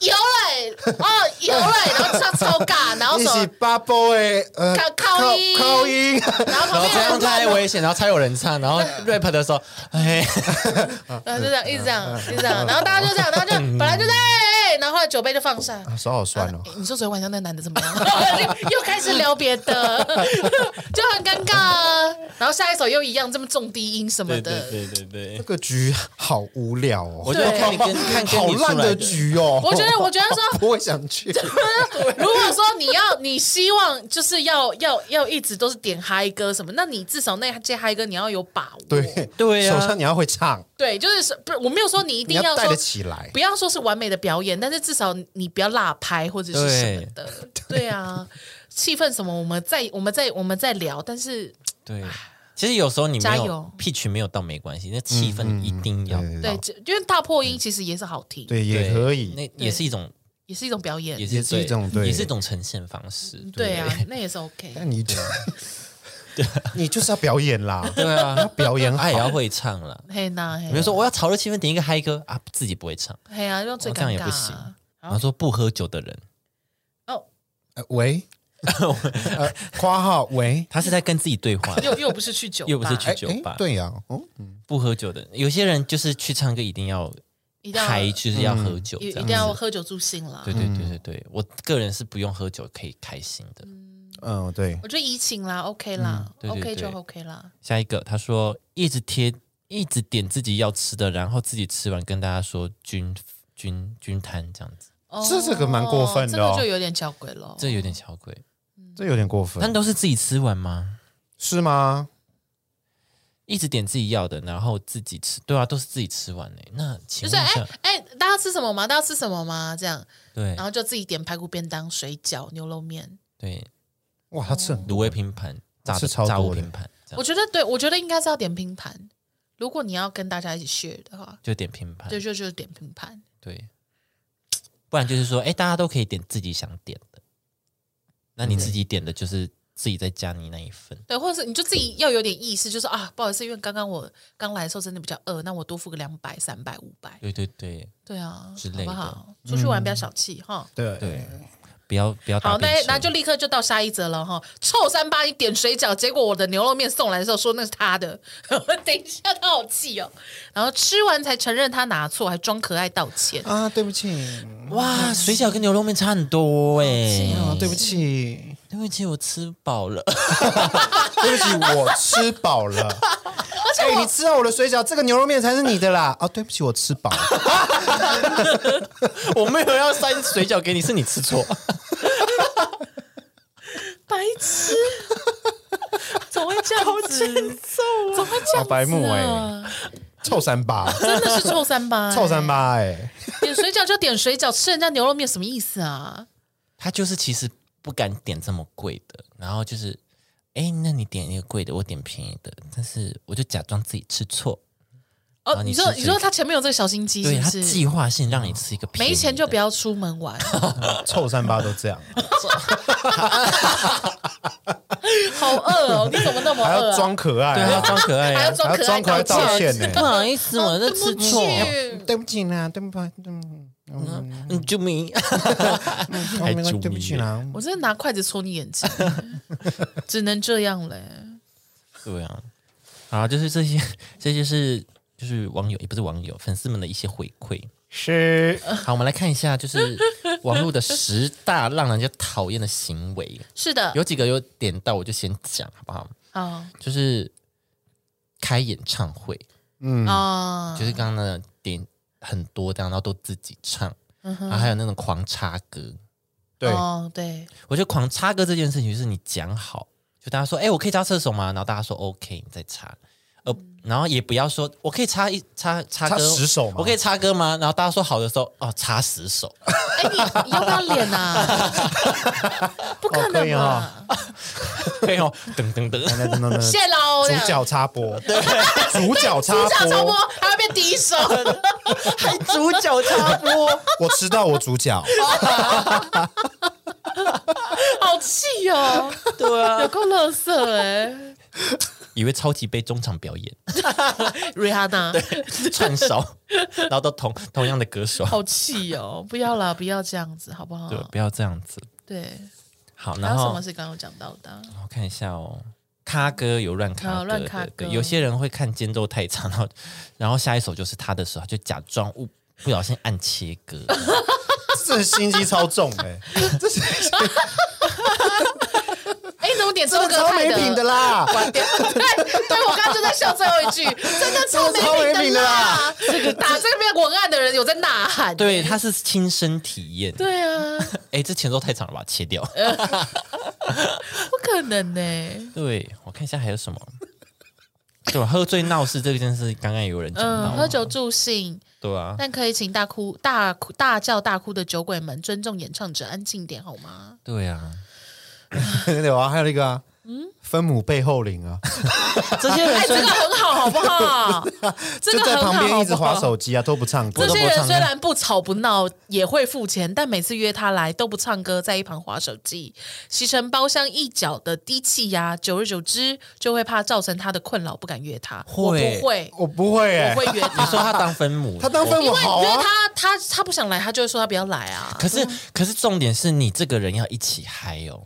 [SPEAKER 3] 有嘞、哦，有嘞、然后唱超尬，然后
[SPEAKER 2] 一
[SPEAKER 3] 什
[SPEAKER 2] 起
[SPEAKER 3] 么，
[SPEAKER 2] 八波哎，呃，
[SPEAKER 3] 靠靠音
[SPEAKER 2] 靠 音，
[SPEAKER 3] 然后
[SPEAKER 1] 然后
[SPEAKER 3] 旁边
[SPEAKER 1] 这样
[SPEAKER 3] 人
[SPEAKER 1] 太危险，然后才有人唱，然 后 rap 的时候，哎，
[SPEAKER 3] 嗯然后就这样一直这样一直这样，然后大家就这样，然后就本来就在、哎哎然后了酒杯就放下。
[SPEAKER 2] 啊手好酸哦
[SPEAKER 3] 诶。你说昨天晚上那男的怎么样？ 又开始聊别的， 就很尴尬啊。然后下一首又一样，这么重低音什么
[SPEAKER 1] 对
[SPEAKER 3] 的。
[SPEAKER 1] 对对对对
[SPEAKER 2] 这，个局好无聊哦，
[SPEAKER 1] 我觉得看你跟看跟
[SPEAKER 2] 好
[SPEAKER 1] 你出
[SPEAKER 2] 烂
[SPEAKER 1] 来
[SPEAKER 2] 的局哦。
[SPEAKER 3] 我觉得，我 觉得说，
[SPEAKER 2] 不会想 去，
[SPEAKER 3] 如果说你要，你希望就是要要要一直都是点嗨歌什么，那你至少那些嗨歌你要有把握。
[SPEAKER 2] 对
[SPEAKER 1] 对 啊
[SPEAKER 2] 首先你要会唱，
[SPEAKER 3] 对就是说不是我没有说你一
[SPEAKER 2] 你
[SPEAKER 3] 定
[SPEAKER 2] 要带
[SPEAKER 3] 说
[SPEAKER 2] 得起来
[SPEAKER 3] 不。要说是完美的表演，但是至少你不要落拍或者是什么的，对啊，气氛什么我们再我们再我们再聊，但是
[SPEAKER 1] 对。其实有时候你没
[SPEAKER 3] 加
[SPEAKER 1] 有
[SPEAKER 3] 油
[SPEAKER 1] pitch 没有到没关系，那气氛一定要
[SPEAKER 2] 嗯嗯嗯
[SPEAKER 1] 到
[SPEAKER 3] 对，，这因为大破
[SPEAKER 1] 嗯
[SPEAKER 3] 音其实也是好听，
[SPEAKER 2] 对，也可以，
[SPEAKER 1] 那也是一种，
[SPEAKER 3] 也是一种表演，
[SPEAKER 1] 也
[SPEAKER 2] 也
[SPEAKER 1] 是
[SPEAKER 2] 是一种对
[SPEAKER 1] 也是一种呈现方式。
[SPEAKER 3] 对啊， 那也是 OK。
[SPEAKER 2] 但你 就 你就是要表演啦，
[SPEAKER 1] 啊对啊，
[SPEAKER 2] 表演
[SPEAKER 1] 他也要
[SPEAKER 2] 好，
[SPEAKER 1] 会唱 啦。
[SPEAKER 3] 嘿呐，
[SPEAKER 1] 比如说我要炒热气氛，点一个嗨歌啊，自己不会唱，
[SPEAKER 3] 嘿啊，用最
[SPEAKER 1] 哦这样
[SPEAKER 3] 尴
[SPEAKER 1] 也
[SPEAKER 3] 尬
[SPEAKER 1] 不行
[SPEAKER 3] 啊。
[SPEAKER 1] 然后说不喝酒的人，
[SPEAKER 3] 哦，
[SPEAKER 2] 呃 喂，呃括号喂，
[SPEAKER 1] 他是在跟自己对话，
[SPEAKER 3] 又又不是去酒吧，
[SPEAKER 1] 又不 是去
[SPEAKER 2] 哎
[SPEAKER 1] 酒
[SPEAKER 2] 哎
[SPEAKER 1] 吧
[SPEAKER 2] 对呀，哦，嗯
[SPEAKER 1] 不喝酒的。有些人就是去唱歌一定要
[SPEAKER 3] 一定要
[SPEAKER 1] 嗨，就是要喝酒
[SPEAKER 3] 一
[SPEAKER 1] 这
[SPEAKER 3] 一
[SPEAKER 1] 样
[SPEAKER 3] 定。要喝酒助兴啦。
[SPEAKER 1] 对对对对对，我个人是不用喝酒可以开心的。
[SPEAKER 2] 嗯，对，
[SPEAKER 3] 我觉得怡情啦，OK 啦
[SPEAKER 1] 嗯对对
[SPEAKER 3] ，OK
[SPEAKER 1] 对
[SPEAKER 3] 就 OK 啦。
[SPEAKER 1] 下一个他说一直贴一直点自己要吃的，然后自己吃完跟大家说均均均摊这样子，
[SPEAKER 3] 哦
[SPEAKER 2] 这这个蛮过分的哦
[SPEAKER 3] 这个就有点小鬼了。
[SPEAKER 1] 这有点小鬼。
[SPEAKER 2] 这有点过分
[SPEAKER 1] 但，都是自己吃完吗？
[SPEAKER 2] 是吗？
[SPEAKER 1] 一直点自己要的，然后自己吃，对啊，都是自己吃完呢。那
[SPEAKER 3] 就
[SPEAKER 1] 请
[SPEAKER 3] 是
[SPEAKER 1] 问一下，
[SPEAKER 3] 哎哎，大家吃什么吗？大家吃什么吗？这样，
[SPEAKER 1] 对
[SPEAKER 3] 然后就自己点排骨便当、水饺、牛肉面。
[SPEAKER 1] 对，
[SPEAKER 2] 哇，他吃很
[SPEAKER 1] 卤味拼盘、炸的
[SPEAKER 2] 吃超
[SPEAKER 1] 炸物
[SPEAKER 2] 多的
[SPEAKER 1] 拼盘，这
[SPEAKER 3] 我
[SPEAKER 1] 样
[SPEAKER 3] 觉得对，我觉得应该是要点拼盘。如果你要跟大家一起 share 的话，
[SPEAKER 1] 就点拼盘，
[SPEAKER 3] 对，就就点拼盘。
[SPEAKER 1] 对，不然就是说，哎，大家都可以点自己想点的，那你自己点的就是自己再加你那一份，
[SPEAKER 3] 对，或者是你就自己要有点意识，就是啊，不好意思，因为刚刚我刚来的时候真的比较饿，那我多付个两百、三百、五百，
[SPEAKER 1] 对对对，
[SPEAKER 3] 对啊，
[SPEAKER 1] 之类的
[SPEAKER 3] 好不好？出去玩不要小气哈。
[SPEAKER 2] 对
[SPEAKER 1] 对，不要不要打
[SPEAKER 3] 好，那
[SPEAKER 1] 边球
[SPEAKER 3] 那就立刻就到下一则了哈。臭三八，你点水饺，结果我的牛肉面送来的时候说那是他的， 等一下他好气哦。然后吃完才承认他拿错，还装可爱道歉。
[SPEAKER 2] 啊，对不起，
[SPEAKER 1] 哇，水饺跟牛肉面差很多哎、
[SPEAKER 3] 哦
[SPEAKER 2] 啊，对不起，
[SPEAKER 1] 对不起，我吃饱了，
[SPEAKER 2] 对不起，我吃饱了。而且、你吃到我的水饺，这个牛肉面才是你的啦！啊，对不起，我吃饱了。
[SPEAKER 1] 我没有要塞水饺给你，是你吃错，
[SPEAKER 3] 白痴， 怎么会这样子？怎么会这样子、啊？
[SPEAKER 2] 好白目欸臭三八，
[SPEAKER 3] 真的是臭三八、欸
[SPEAKER 2] 臭三，八、哎，
[SPEAKER 3] 点水饺就点水饺，吃人家牛肉面什么意思啊？
[SPEAKER 1] 他就是其实不敢点这么贵的，然后就是，哎，那你点一个贵的，我点便宜的，但是我就假装自己吃错，
[SPEAKER 3] 哦
[SPEAKER 1] 啊，你
[SPEAKER 3] 你
[SPEAKER 1] 吃
[SPEAKER 3] 说
[SPEAKER 1] 水
[SPEAKER 3] 你说他前面有这个小心机是
[SPEAKER 1] 对
[SPEAKER 3] 不
[SPEAKER 1] 他
[SPEAKER 3] 是？
[SPEAKER 1] 计划性让你吃一个便宜的，
[SPEAKER 3] 没钱就不要出门玩，
[SPEAKER 2] 臭三八都这样，
[SPEAKER 3] 好饿哦！你怎么那么
[SPEAKER 2] 还
[SPEAKER 3] 饿、
[SPEAKER 2] 要
[SPEAKER 3] 啊？
[SPEAKER 2] 装可爱、
[SPEAKER 1] 对，还要
[SPEAKER 2] 啊，
[SPEAKER 1] 装可爱
[SPEAKER 3] 还要
[SPEAKER 1] 啊，
[SPEAKER 3] 装 可爱啊
[SPEAKER 2] 还要装可爱
[SPEAKER 3] 道
[SPEAKER 2] 道歉呢
[SPEAKER 1] 不好意思，我
[SPEAKER 3] 对
[SPEAKER 1] 在
[SPEAKER 3] 不
[SPEAKER 1] 吃
[SPEAKER 3] 起
[SPEAKER 1] 错，
[SPEAKER 3] 嗯
[SPEAKER 2] 对不起啦，对不起，嗯，嗯
[SPEAKER 1] 嗯，救命！
[SPEAKER 2] 哦没关系
[SPEAKER 1] 还
[SPEAKER 2] 对不起啦，
[SPEAKER 3] 我真的拿筷子戳你眼睛，只能这样嘞。
[SPEAKER 1] 对啊，啊，就是这些，这些是就是网友也不是网友粉丝们的一些回馈。
[SPEAKER 2] 是
[SPEAKER 1] 好，我们来看一下，就是网络的十大让人家讨厌的行为，
[SPEAKER 3] 是的，
[SPEAKER 1] 有几个有点到，我就先讲好不好？
[SPEAKER 3] 啊
[SPEAKER 1] 就是开演唱会，
[SPEAKER 2] 嗯
[SPEAKER 3] 啊
[SPEAKER 1] 就是刚刚那种点很多这样，然后都自己唱，
[SPEAKER 3] 嗯
[SPEAKER 1] 然后还有那种狂插歌。
[SPEAKER 2] 对，
[SPEAKER 3] 哦对，
[SPEAKER 1] 我觉得狂插歌这件事情是你讲好，就大家说，哎、我可以插厕所吗？然后大家说 OK，你再插，呃，
[SPEAKER 3] 嗯
[SPEAKER 1] 然后也不要说我可以插一插插歌
[SPEAKER 2] 插十首吗
[SPEAKER 1] 我可以插歌吗？然后大家说好的时候，哦，插十首，
[SPEAKER 3] 哎，你你要不要脸啊？ 不可
[SPEAKER 2] 哦可
[SPEAKER 3] 能
[SPEAKER 2] 以
[SPEAKER 3] 啊
[SPEAKER 2] 哦！
[SPEAKER 1] 没有，噔噔噔，
[SPEAKER 2] 那那那 那
[SPEAKER 3] 谢喽，
[SPEAKER 2] 主角插 播，主角插
[SPEAKER 3] 主角超
[SPEAKER 2] 播
[SPEAKER 3] 播，还要变第 一首，
[SPEAKER 1] 还主角插播，
[SPEAKER 2] 我吃到我主 角，
[SPEAKER 3] 好气哦！
[SPEAKER 1] 对
[SPEAKER 3] 有
[SPEAKER 1] 啊，
[SPEAKER 3] 够乐色哎，
[SPEAKER 1] 以为超级杯中场表 演
[SPEAKER 3] 瑞哈娜，
[SPEAKER 2] 啊
[SPEAKER 1] 串烧，然后都同同样的歌手，
[SPEAKER 3] 好气哦！不要啦，不要这样子，好不好
[SPEAKER 1] 对？，不要这样子。
[SPEAKER 3] 对，
[SPEAKER 1] 好，
[SPEAKER 3] 还
[SPEAKER 1] 然
[SPEAKER 3] 有什
[SPEAKER 1] 后
[SPEAKER 3] 么是刚刚有讲到的啊？
[SPEAKER 1] 我看一下哦，咖歌有乱咖歌
[SPEAKER 3] 哦
[SPEAKER 1] 的，
[SPEAKER 3] 乱咖歌
[SPEAKER 1] 对，有些人会看间奏太长，然
[SPEAKER 3] 哦
[SPEAKER 1] 后然后下一首就是他的时候，他就假装误不小心按切歌，
[SPEAKER 2] 这心机超重哎、这是
[SPEAKER 3] 哎，你怎么点
[SPEAKER 2] 这
[SPEAKER 3] 周
[SPEAKER 2] 个
[SPEAKER 3] 哥
[SPEAKER 2] 超
[SPEAKER 3] 派
[SPEAKER 2] 没品的？ 啦，
[SPEAKER 3] 关掉。对， 对我刚刚就在笑最后一 句，真的
[SPEAKER 2] 真的超
[SPEAKER 3] 超
[SPEAKER 2] 没
[SPEAKER 3] 没
[SPEAKER 2] 品
[SPEAKER 3] 品
[SPEAKER 2] 的
[SPEAKER 3] 的
[SPEAKER 2] 啦
[SPEAKER 3] 啦！这个打这边文案的人有在呐喊。
[SPEAKER 1] 对，他是亲身体验。
[SPEAKER 3] 对呃啊，
[SPEAKER 1] 哎，这前奏太长了吧，切掉。
[SPEAKER 3] 不可能呢、
[SPEAKER 1] 对，我看一下还有什么。对吧？喝醉闹事这件事，刚刚也有人讲到
[SPEAKER 3] 嗯，
[SPEAKER 1] 嘛，
[SPEAKER 3] 喝酒助兴，
[SPEAKER 1] 对啊，
[SPEAKER 3] 但可以请大哭、大哭、大叫、大哭的酒鬼们尊重演唱者，安静点好吗？
[SPEAKER 1] 对啊，
[SPEAKER 2] 有啊，还有一个啊，
[SPEAKER 3] 嗯
[SPEAKER 2] 分母背后领啊，
[SPEAKER 1] 这些人
[SPEAKER 3] 哎，
[SPEAKER 1] 虽
[SPEAKER 3] 这
[SPEAKER 1] 然
[SPEAKER 3] 个很好，好不 好？这
[SPEAKER 2] 就
[SPEAKER 3] 个
[SPEAKER 2] 在
[SPEAKER 3] 很好，
[SPEAKER 2] 旁边一直
[SPEAKER 3] 好不好
[SPEAKER 2] 划。手机啊，都不唱歌
[SPEAKER 3] 这，些
[SPEAKER 1] 我都不
[SPEAKER 3] 人
[SPEAKER 1] 唱歌
[SPEAKER 3] 虽然不吵不闹，也会付钱，但每次约他来都不唱歌，在一旁划手机，形成包厢一角的低气压。久而久之，就会怕造成他的困扰，不敢约他。我
[SPEAKER 1] 会
[SPEAKER 3] 不会，
[SPEAKER 2] 我不会哎、
[SPEAKER 3] 我会
[SPEAKER 1] 你
[SPEAKER 3] 约他。
[SPEAKER 1] 说他当分母，
[SPEAKER 2] 他当分
[SPEAKER 1] 我
[SPEAKER 2] 母好
[SPEAKER 3] 约
[SPEAKER 2] 啊，
[SPEAKER 3] 他，他他不想来，他就会说他不要来啊。
[SPEAKER 1] 可是可是重点是你这个人要一起嗨哦，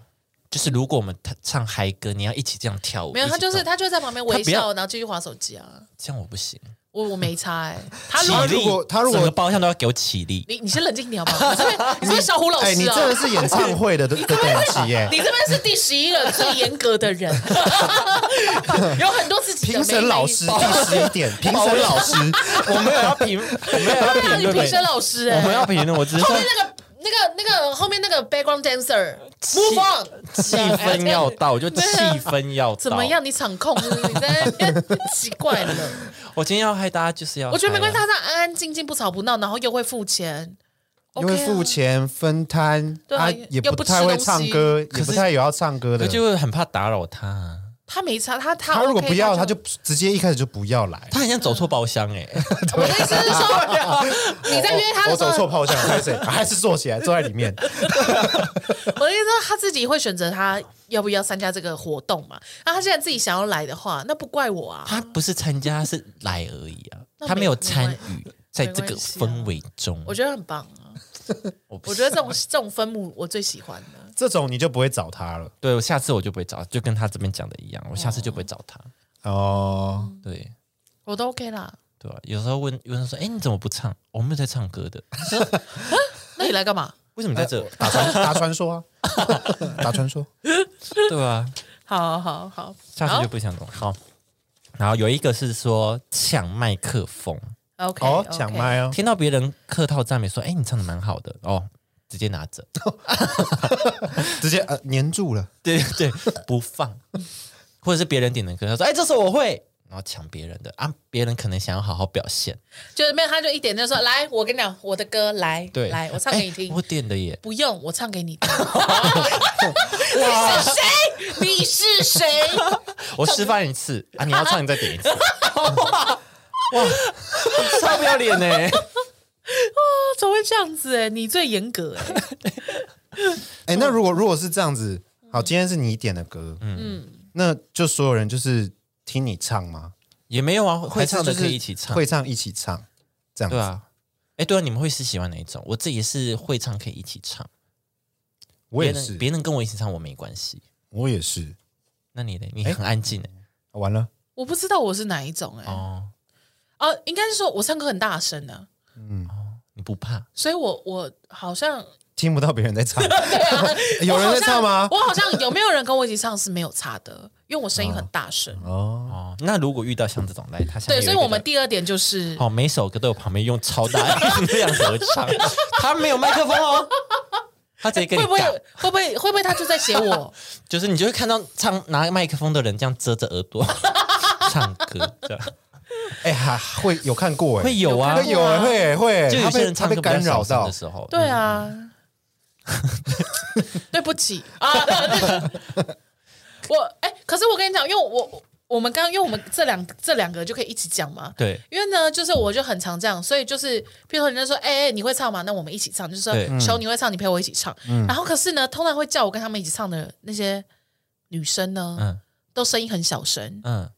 [SPEAKER 1] 就是如果我们他唱嗨歌，你要一起这样跳舞，
[SPEAKER 3] 没有，
[SPEAKER 1] 一起
[SPEAKER 3] 他就是
[SPEAKER 1] 动
[SPEAKER 3] 他就会在旁边
[SPEAKER 1] 他
[SPEAKER 3] 微
[SPEAKER 1] 不要
[SPEAKER 3] 笑，然后继续划手机啊。
[SPEAKER 1] 这样，我不行。
[SPEAKER 3] 我我没差哎、他如
[SPEAKER 1] 起
[SPEAKER 3] 果
[SPEAKER 1] 立
[SPEAKER 2] 如果他如果
[SPEAKER 1] 整个包厢都要给我起立，
[SPEAKER 3] 你你先冷静一点好不好？你这边你这边小虎老
[SPEAKER 2] 哎、你
[SPEAKER 3] 师
[SPEAKER 2] 真
[SPEAKER 3] 啊，
[SPEAKER 2] 的是演唱会的的的等级哎、
[SPEAKER 3] 你这边是第十一个最严格的人，有很多自己的
[SPEAKER 2] 评审老师第十一 点，评审老师，
[SPEAKER 1] 我没有要评，我没有要
[SPEAKER 3] 对啊，
[SPEAKER 1] 评
[SPEAKER 3] 你
[SPEAKER 1] 论，
[SPEAKER 3] 评审老师哎、
[SPEAKER 1] 我没有要评论，我只是
[SPEAKER 3] 后
[SPEAKER 1] 说
[SPEAKER 3] 面那个那个那个后面那个 background dancer move on。
[SPEAKER 1] 气氛要到，我就气氛要到。
[SPEAKER 3] 怎么？样？你场控是不是？你在那边奇怪了。
[SPEAKER 1] 我今天要嗨，大家就是要嗨啊，
[SPEAKER 3] 我觉得没关系，他这样安安静静不吵不闹，然后又会付钱，
[SPEAKER 2] 因为
[SPEAKER 3] OK 啊
[SPEAKER 2] 付钱分摊，
[SPEAKER 3] 对啊
[SPEAKER 2] 啊
[SPEAKER 3] 又
[SPEAKER 2] 也
[SPEAKER 3] 又
[SPEAKER 2] 不
[SPEAKER 3] 不吃
[SPEAKER 2] 太会
[SPEAKER 3] 东
[SPEAKER 2] 唱
[SPEAKER 3] 西
[SPEAKER 2] 歌，也
[SPEAKER 1] 是
[SPEAKER 2] 不太有要唱歌
[SPEAKER 1] 可
[SPEAKER 2] 的。
[SPEAKER 1] 就会很怕打扰他啊，
[SPEAKER 3] 他没差，他他
[SPEAKER 2] 他如果
[SPEAKER 3] OK，
[SPEAKER 2] 不要，他
[SPEAKER 3] 就
[SPEAKER 2] 就直接一开始就不要来。
[SPEAKER 1] 他很像走错包厢哎。
[SPEAKER 3] 我的意思是说， 你在约他
[SPEAKER 2] 我
[SPEAKER 3] 的时
[SPEAKER 2] 走
[SPEAKER 3] 候
[SPEAKER 2] 错，炮箱，还是还是坐起来坐在里 面。
[SPEAKER 3] 我的意思是他自己会选择他要不要参加这个活动嘛？那他现在自己想要来的话，那不怪我啊。
[SPEAKER 1] 他不是参加，他是来而已啊，
[SPEAKER 3] 那没
[SPEAKER 1] 他没有参与在这个
[SPEAKER 3] 没关系啊
[SPEAKER 1] 氛围中。
[SPEAKER 3] 我觉得很棒 啊，
[SPEAKER 1] 我不
[SPEAKER 3] 我觉得这种这种分母我最喜欢的。
[SPEAKER 2] 这种你就不会找他了
[SPEAKER 1] 对我下次我就不会找，就跟他这边讲的一样，我下次就不会找他。
[SPEAKER 2] 哦。
[SPEAKER 1] 对
[SPEAKER 3] 我都 OK 啦。
[SPEAKER 1] 对啊，有时候问问他说：“哎，你怎么不唱？我没有在唱歌的，
[SPEAKER 3] 那你来干嘛？
[SPEAKER 1] 为什么你在
[SPEAKER 3] 呃
[SPEAKER 1] 这
[SPEAKER 2] 打传打传说啊，打传说。？”
[SPEAKER 1] 对啊，
[SPEAKER 3] 好好好，
[SPEAKER 1] 下次就不想懂。好，然后有一个是说抢麦克风，
[SPEAKER 3] 好 OK，
[SPEAKER 2] 哦，
[SPEAKER 3] OK
[SPEAKER 2] 抢麦哦，
[SPEAKER 1] 听到别人客套赞美说：“哎，你唱的蛮好的哦。”直接拿着，
[SPEAKER 2] 直接呃粘住了。
[SPEAKER 1] 对 对，不放，或者是别人点的歌，他说：“哎，这首我会。”然后抢别人的啊，别人可能想要好好表现，
[SPEAKER 3] 就是没有，他就一点就说来，我跟你讲我的歌，来，
[SPEAKER 1] 对，
[SPEAKER 3] 来，我唱给你
[SPEAKER 1] 哎
[SPEAKER 3] 听
[SPEAKER 1] 我。点的 耶，
[SPEAKER 3] 不用，我唱给你听。 你是谁？你是 谁？
[SPEAKER 1] 我示范一次啊，你要唱你再点一 次。哇，超不要脸欸呢！
[SPEAKER 3] 怎么会这样子、哎，你最严格、哎，
[SPEAKER 2] 哎，那如果如果是这样子，
[SPEAKER 3] 嗯
[SPEAKER 2] 好，今天是你点的歌，嗯，那就所有人就是听你唱吗？
[SPEAKER 1] 也没有啊，会唱的
[SPEAKER 2] 还是
[SPEAKER 1] 可
[SPEAKER 2] 就是
[SPEAKER 1] 以一起唱，
[SPEAKER 2] 会唱一起唱，这样
[SPEAKER 1] 对
[SPEAKER 2] 子。
[SPEAKER 1] 啊。哎，对啊，你们会是喜欢哪一种？我自己是会唱可以一起唱，
[SPEAKER 2] 我也
[SPEAKER 1] 别人
[SPEAKER 2] 是，
[SPEAKER 1] 别人跟我一起唱我没关系。
[SPEAKER 2] 我也是。
[SPEAKER 1] 那你呢？你很安静哎。
[SPEAKER 2] 完了，
[SPEAKER 3] 我不知道我是哪一种、哎、
[SPEAKER 1] 哦，
[SPEAKER 3] 哦、应该是说我唱歌很大声啊，
[SPEAKER 1] 你不怕？
[SPEAKER 3] 所以我我好像
[SPEAKER 2] 听不到别人在唱。有人在唱吗？
[SPEAKER 3] 我好像我好像有没有人跟我一起唱是没有差的，因为我声音很大声。
[SPEAKER 2] 哦，
[SPEAKER 1] 哦，那如果遇到像这种来，他下面
[SPEAKER 3] 对，
[SPEAKER 1] 有一
[SPEAKER 3] 所
[SPEAKER 1] 个
[SPEAKER 3] 以我们第二点就是，
[SPEAKER 1] 好每首歌都有旁边用超大音量合唱， 他没有麦克风哦，他直接跟你
[SPEAKER 3] 会不会
[SPEAKER 1] 尬
[SPEAKER 3] 会不会会不会他就在 写我？
[SPEAKER 1] 就是你就会看到唱拿麦克风的人这样遮着耳 朵唱歌，这样
[SPEAKER 2] 哎，还会有看过哎，
[SPEAKER 1] 会有啊
[SPEAKER 2] 会，有欸会欸会欸，
[SPEAKER 1] 就有
[SPEAKER 2] 他
[SPEAKER 1] 些
[SPEAKER 2] 被
[SPEAKER 1] 人
[SPEAKER 2] 他
[SPEAKER 1] 唱
[SPEAKER 2] 被
[SPEAKER 1] 歌比较
[SPEAKER 2] 干
[SPEAKER 1] 小
[SPEAKER 2] 扰
[SPEAKER 1] 声
[SPEAKER 2] 到
[SPEAKER 1] 的，时候，
[SPEAKER 3] 对啊，
[SPEAKER 1] 嗯
[SPEAKER 3] 对不起啊，我哎、可是我跟你讲，因为我我们刚因为我们这两这两个就可以一起讲嘛，
[SPEAKER 1] 对
[SPEAKER 3] 因为呢，就是我就很常这样，所以就是，譬如说人家说，哎、哎你会唱吗？那我们一起唱，就是
[SPEAKER 1] 对
[SPEAKER 3] 说，求你会唱，你陪我一起唱。然后可是呢，通常会叫我跟他们一起唱的那些女生呢，
[SPEAKER 1] 嗯
[SPEAKER 3] 都声音很小声，
[SPEAKER 1] 嗯，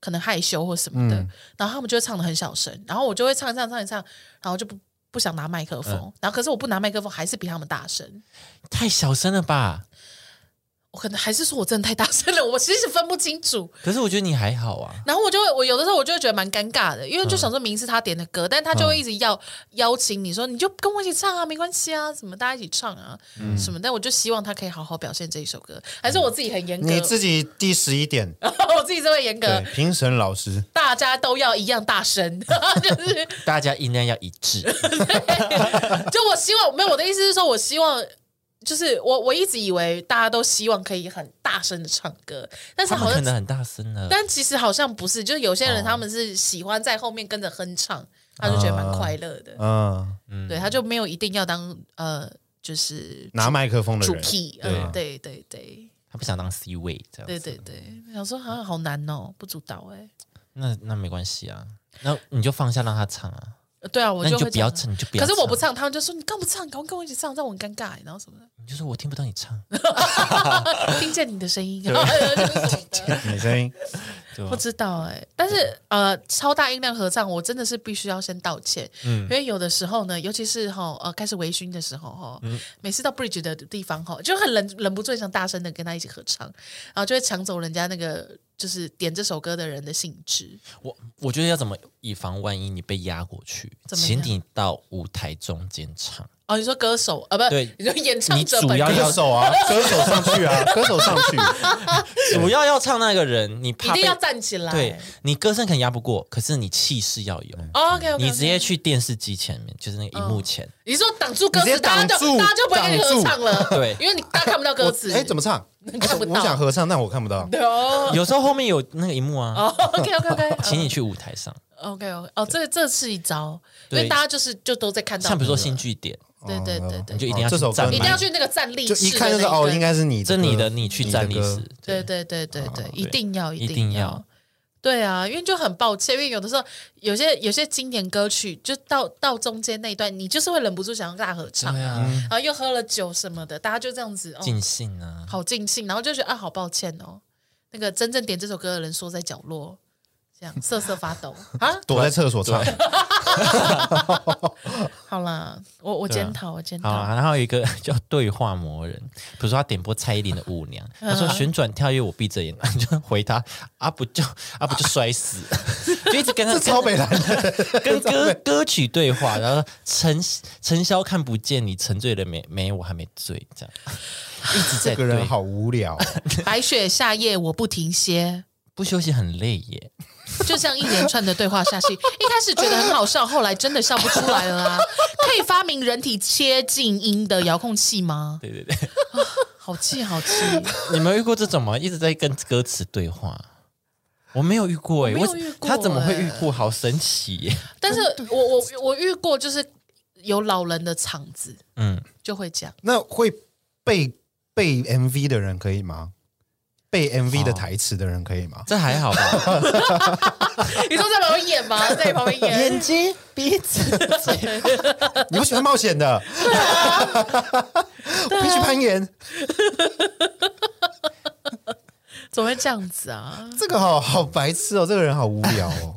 [SPEAKER 3] 可能害羞或什么
[SPEAKER 2] 嗯
[SPEAKER 3] 的，然后他们就会唱的很小声，然后我就会唱一唱唱一唱，然后就不不想拿麦克
[SPEAKER 2] 嗯
[SPEAKER 3] 风，然后可是我不拿麦克风还是比他们大声，
[SPEAKER 1] 太小声了吧？
[SPEAKER 3] 我可能还是说我真的太大声了，我其实分不清楚。
[SPEAKER 1] 可是我觉得你还好啊，
[SPEAKER 3] 然后我就会，我有的时候我就会觉得蛮尴尬的，因为就想说明明是他点的
[SPEAKER 2] 嗯
[SPEAKER 3] 歌，但他就会一直要、邀请你说，你就跟我一起唱啊，没关系啊，什么大家一起唱啊，
[SPEAKER 2] 嗯
[SPEAKER 3] 什么。但我就希望他可以好好表现这一首歌，还是我自己很严格，
[SPEAKER 2] 你自己第十一点，
[SPEAKER 3] 我自己这么严格
[SPEAKER 2] 对，，评审老师，
[SPEAKER 3] 大家都要一样大声， 就是
[SPEAKER 1] 大家音量要一致。
[SPEAKER 3] 就我希望没有我的意思是说，我希望。就是我，我一直以为大家都希望可以很大声的唱歌，但是
[SPEAKER 1] 他
[SPEAKER 3] 好
[SPEAKER 1] 们可
[SPEAKER 3] 像
[SPEAKER 1] 能很大声呢。
[SPEAKER 3] 但其实好像不是，就是有些人
[SPEAKER 1] 哦
[SPEAKER 3] 他们是喜欢在后面跟着哼唱，他就觉得蛮快乐
[SPEAKER 1] 哦
[SPEAKER 3] 的。
[SPEAKER 2] 嗯，
[SPEAKER 3] 对，他就没有一定要当呃，就是
[SPEAKER 2] 拿麦克风的
[SPEAKER 3] 主
[SPEAKER 2] 人，
[SPEAKER 3] key，
[SPEAKER 1] 对
[SPEAKER 3] 嗯，对对对
[SPEAKER 1] 他不想当 C 位这样
[SPEAKER 3] 对
[SPEAKER 1] 子。
[SPEAKER 3] 对对，想说好像好难哦，不主导哎。
[SPEAKER 1] 那那没关系啊，那你就放下让他唱啊。
[SPEAKER 3] 呃对啊，我
[SPEAKER 1] 那你
[SPEAKER 3] 会
[SPEAKER 1] 就不要
[SPEAKER 3] 这样
[SPEAKER 1] 唱，你就不要。
[SPEAKER 3] 可是我不，唱，他们就说你干嘛不唱？赶快跟我一起唱，让我很尴尬欸，然后什么的，
[SPEAKER 1] 你就说我听不到你唱，
[SPEAKER 3] 听见你的声音， 然后就是什么的
[SPEAKER 2] 你声音，
[SPEAKER 1] 对吧
[SPEAKER 3] 不？知道哎、但是呃，超大音量合唱，我真的是必须要先道歉，
[SPEAKER 1] 嗯
[SPEAKER 3] 因为有的时候呢，尤其是哈呃开始微醺的时候哈，
[SPEAKER 1] 嗯
[SPEAKER 3] 每次到 bridge 的地方哈，就很忍忍不住想大声的跟他一起合唱，然后就会抢走人家那个就是点这首歌的人的兴致。
[SPEAKER 1] 我我觉得要怎么以防万一，你被压过去，
[SPEAKER 3] 怎么样
[SPEAKER 1] 请你到舞台中间 唱。
[SPEAKER 3] 哦，你说歌手啊，呃不
[SPEAKER 1] 对
[SPEAKER 3] 你说演唱者
[SPEAKER 1] 你主
[SPEAKER 3] 本
[SPEAKER 1] 要
[SPEAKER 3] 人
[SPEAKER 2] 歌手啊，歌手上去啊，歌手上去，
[SPEAKER 1] 主要要唱那个人，你
[SPEAKER 3] 一
[SPEAKER 1] 怕
[SPEAKER 3] 定
[SPEAKER 1] 被
[SPEAKER 3] 要站起来。
[SPEAKER 1] 对你歌声可能压不过，可是你气势要有。
[SPEAKER 3] ，OK OK，
[SPEAKER 1] 你直接去电视机前面，就是那个荧幕前，
[SPEAKER 3] 哦你说挡住歌
[SPEAKER 2] 你直
[SPEAKER 3] 词，
[SPEAKER 2] 接
[SPEAKER 3] 大家
[SPEAKER 2] 挡
[SPEAKER 3] 就
[SPEAKER 2] 住
[SPEAKER 3] 大家就不会跟你合唱了，
[SPEAKER 1] 对
[SPEAKER 3] 因为你大家看不到歌 词。
[SPEAKER 2] 哎，怎么唱？
[SPEAKER 3] 看不到
[SPEAKER 2] 我想合唱，但我看不到。
[SPEAKER 3] 对哦？
[SPEAKER 1] 有时候后面有那个荧幕啊，
[SPEAKER 3] 哦，OK OK OK，
[SPEAKER 1] 请你去舞台上，
[SPEAKER 3] OK OK，哦，这这是一招，因
[SPEAKER 1] 对
[SPEAKER 3] 为大家就是就都在看到，
[SPEAKER 1] 像比如说新，据点，
[SPEAKER 3] 对对对
[SPEAKER 1] 你就
[SPEAKER 3] 对，
[SPEAKER 1] 一定要
[SPEAKER 2] 哦这首
[SPEAKER 1] 去站
[SPEAKER 2] 歌
[SPEAKER 3] 一
[SPEAKER 1] 满
[SPEAKER 3] 定要去那个站立
[SPEAKER 2] 就一
[SPEAKER 3] 式的那一根，
[SPEAKER 2] 看就是哦，应该是你，
[SPEAKER 1] 这你的，你去站立
[SPEAKER 2] 你的
[SPEAKER 1] 时
[SPEAKER 2] 歌，
[SPEAKER 3] 对对对对对，一定要
[SPEAKER 1] 哦一
[SPEAKER 3] 定
[SPEAKER 1] 定
[SPEAKER 3] 要
[SPEAKER 1] 要。
[SPEAKER 3] 对啊，因为就很抱歉，因为有的时候有些有些经典歌曲，就到到中间那一段，你就是会忍不住想要大合唱，
[SPEAKER 1] 对
[SPEAKER 3] 然
[SPEAKER 1] 啊，
[SPEAKER 3] 后又喝了酒什么的，大家就这样子，哦，
[SPEAKER 1] 尽兴啊，
[SPEAKER 3] 好尽兴，然后就觉得啊，好抱歉哦，那个真正点这首歌的人缩在角落，这样瑟瑟发抖啊。
[SPEAKER 2] 躲在厕所唱，
[SPEAKER 3] 好啦，我我
[SPEAKER 1] 对啊
[SPEAKER 3] 检讨，我检
[SPEAKER 1] 好、
[SPEAKER 3] 讨。
[SPEAKER 1] 啊，然后有一个 叫对话魔人，比如说他点播蔡依林的《舞娘》，他说旋转跳跃，我闭着眼， 你就回他啊不就啊不就摔死， 就一直跟他
[SPEAKER 2] 这超北蓝的，
[SPEAKER 1] 跟歌歌曲对话，然后说陈陈潇看不见你沉醉了没没我还没醉这样，一直在
[SPEAKER 2] 这个人
[SPEAKER 1] 对，
[SPEAKER 2] 好无聊。
[SPEAKER 3] 白雪夏夜，我不停歇，
[SPEAKER 1] 不休息很累耶，
[SPEAKER 3] 就这样一连串的对话下去，一开始觉得很好笑，后来真的笑不出来了啊！可以发明人体切静音的遥控器吗？啊
[SPEAKER 1] 对对对，
[SPEAKER 3] 好气，好气！
[SPEAKER 1] 你们遇过这种吗？一直在跟歌词对话。我没有遇过哎、
[SPEAKER 3] 我没有遇
[SPEAKER 1] 为
[SPEAKER 3] 过
[SPEAKER 1] 他怎么会
[SPEAKER 3] 欸
[SPEAKER 1] 遇过？好神奇耶！
[SPEAKER 3] 但是我我我遇过，就是有老人的场子
[SPEAKER 1] 嗯，
[SPEAKER 3] 就会这样，
[SPEAKER 2] 那会背背 MV 的人可以吗？背
[SPEAKER 1] 哦
[SPEAKER 2] MV 的台词的人可以吗？
[SPEAKER 1] 这还好 吧？
[SPEAKER 3] 你说在旁边演 吗？在旁边演，
[SPEAKER 1] 睛、鼻子、嘴，
[SPEAKER 2] 你不喜欢冒险 的？
[SPEAKER 3] 啊
[SPEAKER 2] 我必须攀岩，
[SPEAKER 3] 怎么会这样子啊？
[SPEAKER 2] 这个好好白痴哦，这个人好无聊哦。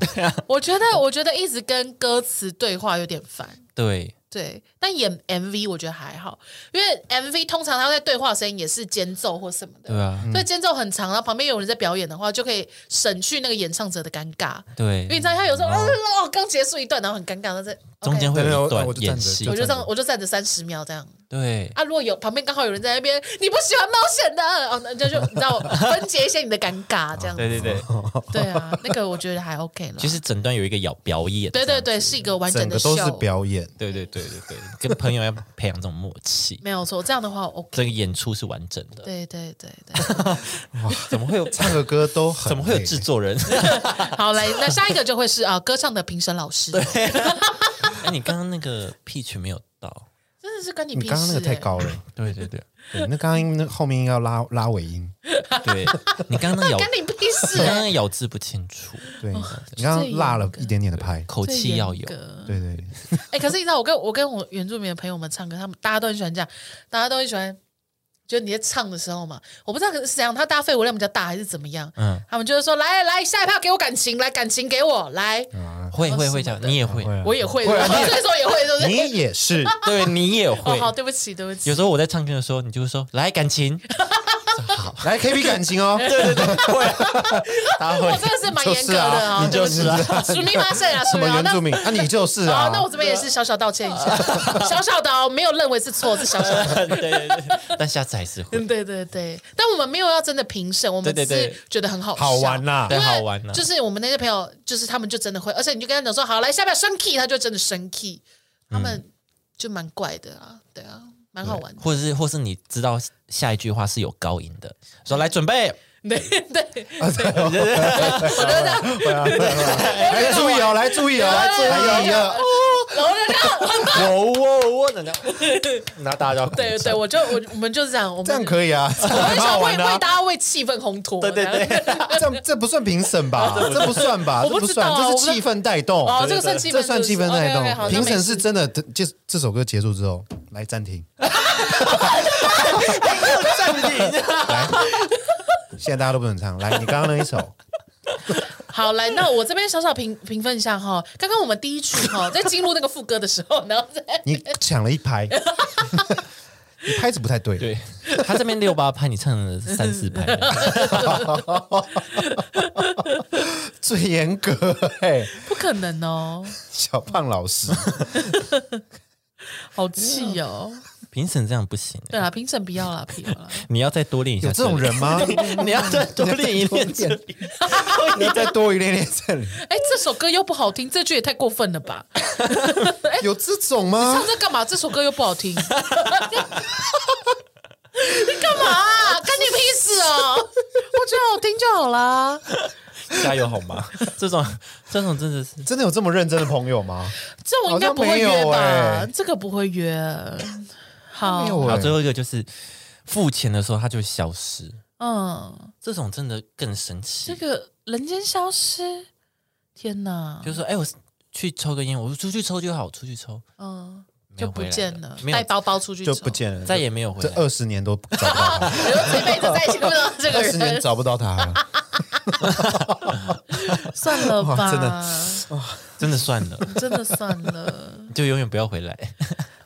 [SPEAKER 3] 我觉得，我觉得一直跟歌词对话有点烦。
[SPEAKER 1] 对，
[SPEAKER 3] 对，但演 MV 我觉得还好，因为 MV 通常他在对话的声音也是间奏或什么的，
[SPEAKER 1] 对啊，
[SPEAKER 3] 所以间奏很长，然后旁边有人在表演的话，就可以省去那个演唱者的尴尬。
[SPEAKER 1] 嗯
[SPEAKER 3] 因为你
[SPEAKER 1] 对，
[SPEAKER 3] 知道他有时候，哦，哦刚结束一段，然后很尴尬，然后在
[SPEAKER 1] 中间
[SPEAKER 3] OK
[SPEAKER 1] 会有一
[SPEAKER 2] 对对
[SPEAKER 1] 段
[SPEAKER 2] 对我就站
[SPEAKER 1] 演
[SPEAKER 2] 着
[SPEAKER 1] 戏
[SPEAKER 3] 我，就
[SPEAKER 2] 站
[SPEAKER 3] 这
[SPEAKER 2] 着
[SPEAKER 3] 样，我就站着三十秒这样
[SPEAKER 1] 对，
[SPEAKER 3] 啊。如果有旁边刚好有人在那边，你不喜欢冒险的哦，那就就你知道分解一些你的尴尬这样子。
[SPEAKER 1] 哦对对，
[SPEAKER 3] 对啊，那个我觉得还 OK 了。
[SPEAKER 1] 其实整段有一个表表演，
[SPEAKER 3] 对对对，是一个 完整
[SPEAKER 2] 整
[SPEAKER 3] 的
[SPEAKER 2] 个
[SPEAKER 3] 秀
[SPEAKER 2] 都，是表演，
[SPEAKER 1] 对对对对对，跟朋友要培养这种默契，
[SPEAKER 3] 没有错。这样的话 OK。
[SPEAKER 1] 这个演出是完整的，
[SPEAKER 3] 对对对对，
[SPEAKER 1] 怎么会有
[SPEAKER 2] 唱个歌都很
[SPEAKER 1] 怎么会有
[SPEAKER 2] 累
[SPEAKER 1] 制作人？
[SPEAKER 3] 好来，那下一个就会是啊、歌唱的评审老师，真
[SPEAKER 1] 哎，你刚刚那个 pitch 没有到，
[SPEAKER 3] 的是跟你欸
[SPEAKER 2] 你
[SPEAKER 3] 平时、
[SPEAKER 2] 刚刚那个太高了，
[SPEAKER 1] 对对对
[SPEAKER 2] 对，那刚刚那后面应该要拉拉尾音，
[SPEAKER 1] 对，你刚刚那咬，
[SPEAKER 3] 跟
[SPEAKER 1] 你
[SPEAKER 3] 你屁事、
[SPEAKER 1] 刚
[SPEAKER 3] 欸，
[SPEAKER 1] 刚咬字不清楚，
[SPEAKER 2] 对
[SPEAKER 3] 哦
[SPEAKER 2] 你刚刚落
[SPEAKER 3] 啊
[SPEAKER 2] 了一点点的拍，
[SPEAKER 1] 口气要有
[SPEAKER 3] 最，严格
[SPEAKER 2] 对对，
[SPEAKER 3] 哎、可是你知道，我跟我跟我原住民的朋友们唱歌，他们大家都很喜欢这样，大家都很喜欢，就你在唱的时候嘛，我不知道是怎样，他大家肺活量比较大还是怎么样，
[SPEAKER 1] 嗯，
[SPEAKER 3] 他们就是说来来，下一趴给我感情，来感情给我来，
[SPEAKER 2] 嗯
[SPEAKER 1] 会会会这样，你也会，
[SPEAKER 2] 对
[SPEAKER 3] 我也会，
[SPEAKER 2] 会啊
[SPEAKER 3] 我所以说我也会，对不
[SPEAKER 2] 你
[SPEAKER 3] 对？
[SPEAKER 2] 也是，
[SPEAKER 1] 对你也
[SPEAKER 3] 哦，
[SPEAKER 1] 会，
[SPEAKER 3] 好，对不起，对不起
[SPEAKER 1] 有，时候我在唱歌的时候，你就会说来感情，好，
[SPEAKER 2] 来 K P 感情哦，对对对， 大家会，
[SPEAKER 3] 我哦真的是蛮严格的哦，
[SPEAKER 1] 你就是啊
[SPEAKER 3] 对不起，苏尼玛塞啊，
[SPEAKER 2] 什么
[SPEAKER 3] 苏尼玛
[SPEAKER 2] 原住民啊？你就是啊
[SPEAKER 3] 好，，那我这边也是小小道歉一下，小小的、哦，没有认为是错，是小小 的。
[SPEAKER 1] 对对对，但下次还是会
[SPEAKER 3] 嗯，对对对，但我们没有要真的评审，我们
[SPEAKER 1] 对
[SPEAKER 3] 只
[SPEAKER 1] 对对
[SPEAKER 3] 是觉得很好笑
[SPEAKER 2] 好玩呐
[SPEAKER 3] 因为
[SPEAKER 1] 对好玩啊呐
[SPEAKER 3] 就是我们那些朋友，就是他们就真的会，而且你就跟他讲说，好来下面生 key，他就真的生 key，他们就蛮怪的啊，对啊，蛮好玩的，
[SPEAKER 1] 或者是或是你知道下一句话是有高音的，说来准备，
[SPEAKER 3] 对 对，啊
[SPEAKER 2] 啊
[SPEAKER 3] 哎
[SPEAKER 2] 来注意哦，来注意哦，来注意哦，
[SPEAKER 3] 然后就这样，
[SPEAKER 1] 我我我， 等等，
[SPEAKER 2] 那大家就要鼓
[SPEAKER 3] 对对，我就我我们就这样，我们
[SPEAKER 2] 这样可以啊，这
[SPEAKER 3] 我
[SPEAKER 2] 样
[SPEAKER 3] 很
[SPEAKER 2] 蛮好
[SPEAKER 3] 想为
[SPEAKER 2] 玩
[SPEAKER 3] 为
[SPEAKER 2] 的啊
[SPEAKER 3] 大。家为气氛烘托，
[SPEAKER 1] 对对对
[SPEAKER 3] 这样
[SPEAKER 2] 这样这不算评审吧？这不算吧？
[SPEAKER 3] 啊我
[SPEAKER 2] 这
[SPEAKER 3] 不
[SPEAKER 2] 不
[SPEAKER 3] 知道啊
[SPEAKER 2] 算，这是气氛带动。
[SPEAKER 3] 哦，这个算气氛，
[SPEAKER 2] 这算气氛带
[SPEAKER 3] OK，OK，好
[SPEAKER 2] 动，
[SPEAKER 3] 那
[SPEAKER 2] 评
[SPEAKER 3] 没
[SPEAKER 2] 审
[SPEAKER 3] 事
[SPEAKER 2] 是真的。这这首歌结束之后，来暂 停，
[SPEAKER 1] 暂停，
[SPEAKER 2] 来，现在大家都不能唱。来，你刚刚那一首，
[SPEAKER 3] 好，来，那我这边小小评评分一下哈。刚刚我们第一曲 哈，在进入那个副歌的时候，然后在
[SPEAKER 2] 你抢了一 拍，你拍子不太对。
[SPEAKER 1] 对他这边六八拍，你唱了三四 拍，
[SPEAKER 2] 最严格哎、
[SPEAKER 3] 不可能哦，
[SPEAKER 2] 小胖老 师，
[SPEAKER 3] 好气哦。
[SPEAKER 1] 评审这样不行， 欸
[SPEAKER 3] 对啦，评审不要啦，不要啦。
[SPEAKER 1] 你要再多练一下。
[SPEAKER 2] 有这种人啊吗？
[SPEAKER 1] 人，你要再多练一练这里。
[SPEAKER 2] 你再多一练练 这里，
[SPEAKER 3] 哎，这首歌又不好听，这句也太过分了吧？
[SPEAKER 1] 哎
[SPEAKER 2] 有这种吗
[SPEAKER 3] 唱？这干嘛？这首歌又不好听，你 干嘛啊、干你屁事哦！我觉得好听就好啦。
[SPEAKER 1] 加油好吗？这种这种真的是
[SPEAKER 2] 真的有这么认真的朋友吗？
[SPEAKER 3] 这我应该不会
[SPEAKER 2] 好
[SPEAKER 3] 约
[SPEAKER 2] 像没有
[SPEAKER 3] 吧？
[SPEAKER 2] 哎
[SPEAKER 3] 这个不会约。好
[SPEAKER 2] 没，有
[SPEAKER 1] 哦好。
[SPEAKER 2] 哎、
[SPEAKER 1] 最后一个就是付钱的时候它就消失，
[SPEAKER 3] 嗯，
[SPEAKER 1] 这种真的更神奇
[SPEAKER 3] 这。个人间消失，天哪！
[SPEAKER 1] 就是说，哎，我去抽个烟，我说出去抽就好，出去抽，
[SPEAKER 3] 嗯，
[SPEAKER 1] 没有
[SPEAKER 3] 就不
[SPEAKER 1] 回来
[SPEAKER 3] 见
[SPEAKER 1] 了
[SPEAKER 3] 了，
[SPEAKER 1] 没有
[SPEAKER 3] 带包包出去
[SPEAKER 2] 就不见了，
[SPEAKER 1] 再也没有回
[SPEAKER 2] 这呃
[SPEAKER 1] 来。
[SPEAKER 2] 二十年都找不 到他，
[SPEAKER 3] 走，我 就这辈子再也见不到这个
[SPEAKER 2] 二十年
[SPEAKER 3] 人，
[SPEAKER 2] 找不到他了。
[SPEAKER 3] 算了吧，
[SPEAKER 2] 哇
[SPEAKER 3] 真
[SPEAKER 2] 真
[SPEAKER 3] 的
[SPEAKER 1] 真的算了，
[SPEAKER 3] 算了。
[SPEAKER 1] 就永远不要回来，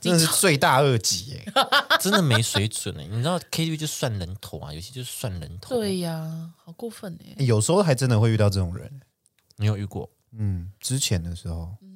[SPEAKER 2] 真 的是罪大恶极欸耶、
[SPEAKER 1] 真的没水准 哎、你知道 KTV 就算人头啊，有些就是算人头。，
[SPEAKER 3] 对呀，好过分哎！
[SPEAKER 2] 欸有时候还真的会遇到这种人。
[SPEAKER 1] 你有遇过？
[SPEAKER 2] 嗯，之前的时候，
[SPEAKER 1] 嗯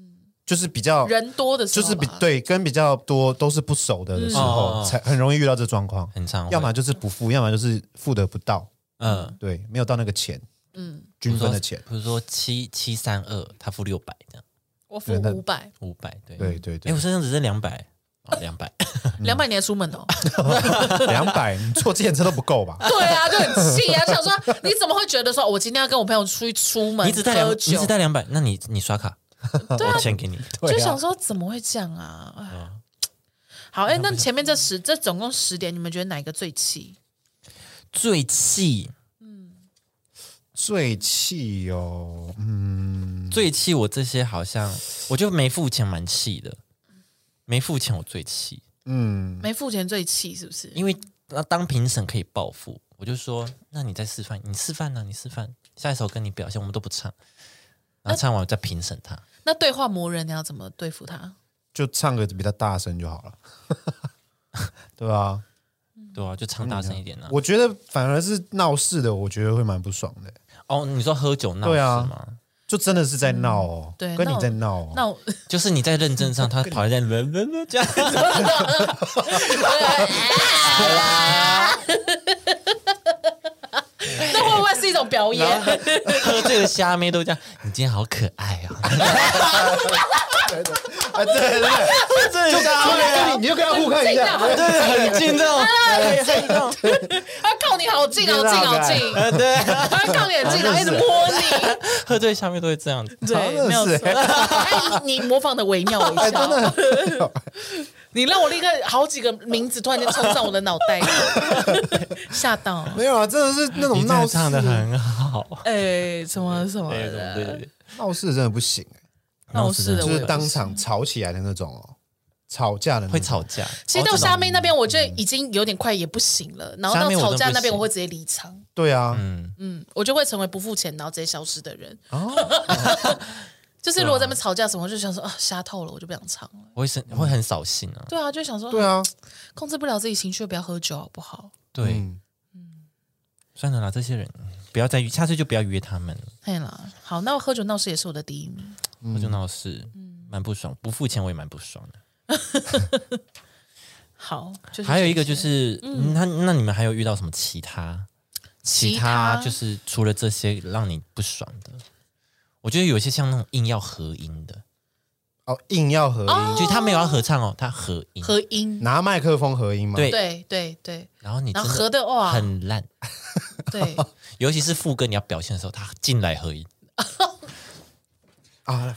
[SPEAKER 2] 就是比较，
[SPEAKER 3] 人多的时
[SPEAKER 2] 就
[SPEAKER 3] 候吧，
[SPEAKER 2] 是比对跟比较多都是不熟的的时
[SPEAKER 1] 嗯
[SPEAKER 2] 候，才很容易遇到这状况。
[SPEAKER 1] 很常会
[SPEAKER 2] 要么就是不付，要么就是付的不到，
[SPEAKER 1] 嗯，
[SPEAKER 2] 对，没有到那个钱，
[SPEAKER 3] 嗯，
[SPEAKER 1] 比
[SPEAKER 2] 均
[SPEAKER 1] 如
[SPEAKER 2] 分
[SPEAKER 1] 说
[SPEAKER 2] 的钱。
[SPEAKER 1] 比如说七七三二，他付六百这样，
[SPEAKER 3] 我付
[SPEAKER 2] 人的
[SPEAKER 3] 五百，
[SPEAKER 1] 五百对
[SPEAKER 2] 对对
[SPEAKER 1] 哎、
[SPEAKER 2] 对
[SPEAKER 1] 我，身上只剩两百，哦两百，
[SPEAKER 3] 两百你还出门哦？
[SPEAKER 2] 两百，你坐电车都不够吧？
[SPEAKER 3] 对啊，就很气啊，想说你怎么会觉得说哦我今天要跟我朋友出去出门
[SPEAKER 1] 你只带两，
[SPEAKER 3] 喝
[SPEAKER 1] 你
[SPEAKER 3] 酒
[SPEAKER 1] 只，带两百，那你你刷卡，我钱给你。
[SPEAKER 2] 对
[SPEAKER 3] 就
[SPEAKER 2] 啊
[SPEAKER 3] 想说怎么会这样啊？哎好，哎，那前面这十这总共十点，你们觉得哪一个最气？
[SPEAKER 1] 最气，
[SPEAKER 2] 最气哦，嗯，
[SPEAKER 1] 最气我这些好像，我就没付钱，蛮气的。没付钱我最气，
[SPEAKER 2] 嗯，
[SPEAKER 3] 没付钱最气是不是？
[SPEAKER 1] 因为那当评审可以报复，我就说，那你再示范，你示范呢、啊你示范，下一首跟你表现，我们都不唱，然后唱完我再评审他。
[SPEAKER 3] 那对话魔人你要怎么对付他？
[SPEAKER 2] 就唱个比较大声就好了， 对啊？
[SPEAKER 1] 对啊，就唱大声一点啊。
[SPEAKER 2] 我觉得反而是闹事的，我觉得会蛮不爽的，
[SPEAKER 1] 哦，你说喝酒闹
[SPEAKER 2] 对啊
[SPEAKER 1] 事吗？
[SPEAKER 2] 就真的是在闹哦，
[SPEAKER 3] 对
[SPEAKER 2] 跟你
[SPEAKER 3] 闹
[SPEAKER 2] 在闹哦，
[SPEAKER 3] 那我
[SPEAKER 1] 就是你在认真上，他跑来在这样，
[SPEAKER 3] 那会不会是一种表演？
[SPEAKER 1] 喝醉的虾妹都这样。你今天好可爱啊！
[SPEAKER 2] 啊，对对对，
[SPEAKER 1] 这
[SPEAKER 2] 就跟他，你就跟他互看一下，
[SPEAKER 3] 很
[SPEAKER 1] 对，很哦敬重，很敬重。
[SPEAKER 3] 哎他靠你好近好近好近，
[SPEAKER 1] 呃，对，
[SPEAKER 3] 他靠你很近，然后一直摸你，
[SPEAKER 1] 喝醉下面都会这样子。
[SPEAKER 3] 对，没有
[SPEAKER 2] 真的是
[SPEAKER 3] 错。哎，你 模仿的惟妙惟肖， 你让我立刻好几个名字突然间冲上我的脑袋， 吓到。
[SPEAKER 2] 没有啊，真的是那
[SPEAKER 1] 你
[SPEAKER 2] 种
[SPEAKER 1] 真的
[SPEAKER 2] 闹
[SPEAKER 1] 唱的
[SPEAKER 2] 事，
[SPEAKER 1] 很好，
[SPEAKER 3] 哎，什么什么
[SPEAKER 1] 对对对
[SPEAKER 3] 的，
[SPEAKER 1] 对，
[SPEAKER 2] 闹事真的不行，欸
[SPEAKER 3] 闹事的
[SPEAKER 2] 就
[SPEAKER 3] 我也
[SPEAKER 2] 是当场吵起来的那种哦，吵架的那种
[SPEAKER 1] 会吵架。哦
[SPEAKER 3] 其实到虾妹那边，我觉得已经有点快也不行了。然后
[SPEAKER 1] 虾
[SPEAKER 3] 到
[SPEAKER 1] 妹我
[SPEAKER 3] 吵
[SPEAKER 1] 真
[SPEAKER 3] 架
[SPEAKER 1] 不
[SPEAKER 3] 那边，我
[SPEAKER 1] 行
[SPEAKER 3] 会直接离场。
[SPEAKER 2] 对啊，
[SPEAKER 3] 嗯，我就会成为不付钱然后直接消失的人。
[SPEAKER 2] 哦
[SPEAKER 1] 啊
[SPEAKER 3] 就是如果在那边吵架什么，我就想说啊，瞎透了，我就不想唱了。
[SPEAKER 1] 我会生会很扫兴啊。
[SPEAKER 3] 对啊，就想说
[SPEAKER 2] 对啊，
[SPEAKER 3] 控制不了自己情绪，不要喝酒好不好？
[SPEAKER 1] 对，
[SPEAKER 2] 嗯，
[SPEAKER 1] 算了啦，这些人不要再约，下次就不要约他们了。
[SPEAKER 3] 对啦，好，那我喝酒闹事也是我的第一名。
[SPEAKER 1] 我就闹事，
[SPEAKER 3] 嗯
[SPEAKER 1] 蛮不爽，不付钱我也蛮不爽的。
[SPEAKER 3] 好，就是
[SPEAKER 1] 还有一
[SPEAKER 3] 这
[SPEAKER 1] 个就是，嗯那那你们还有遇到什么其他
[SPEAKER 3] 其
[SPEAKER 1] 他
[SPEAKER 3] 他
[SPEAKER 1] 就是除了这些让你不爽的？我觉得有一些像那种硬要合音的，
[SPEAKER 2] 哦，硬要合音，
[SPEAKER 1] 就是他没有要合唱哦，他合音，
[SPEAKER 3] 合音，
[SPEAKER 2] 拿麦克风合音嘛。
[SPEAKER 1] 对
[SPEAKER 3] 对对对，
[SPEAKER 1] 然后你
[SPEAKER 3] 然
[SPEAKER 1] 真
[SPEAKER 3] 后合
[SPEAKER 1] 的
[SPEAKER 3] 的哇，
[SPEAKER 1] 很烂，
[SPEAKER 3] 对，
[SPEAKER 1] 尤其是副歌你要表现的时候，他进来合音，
[SPEAKER 2] 啊，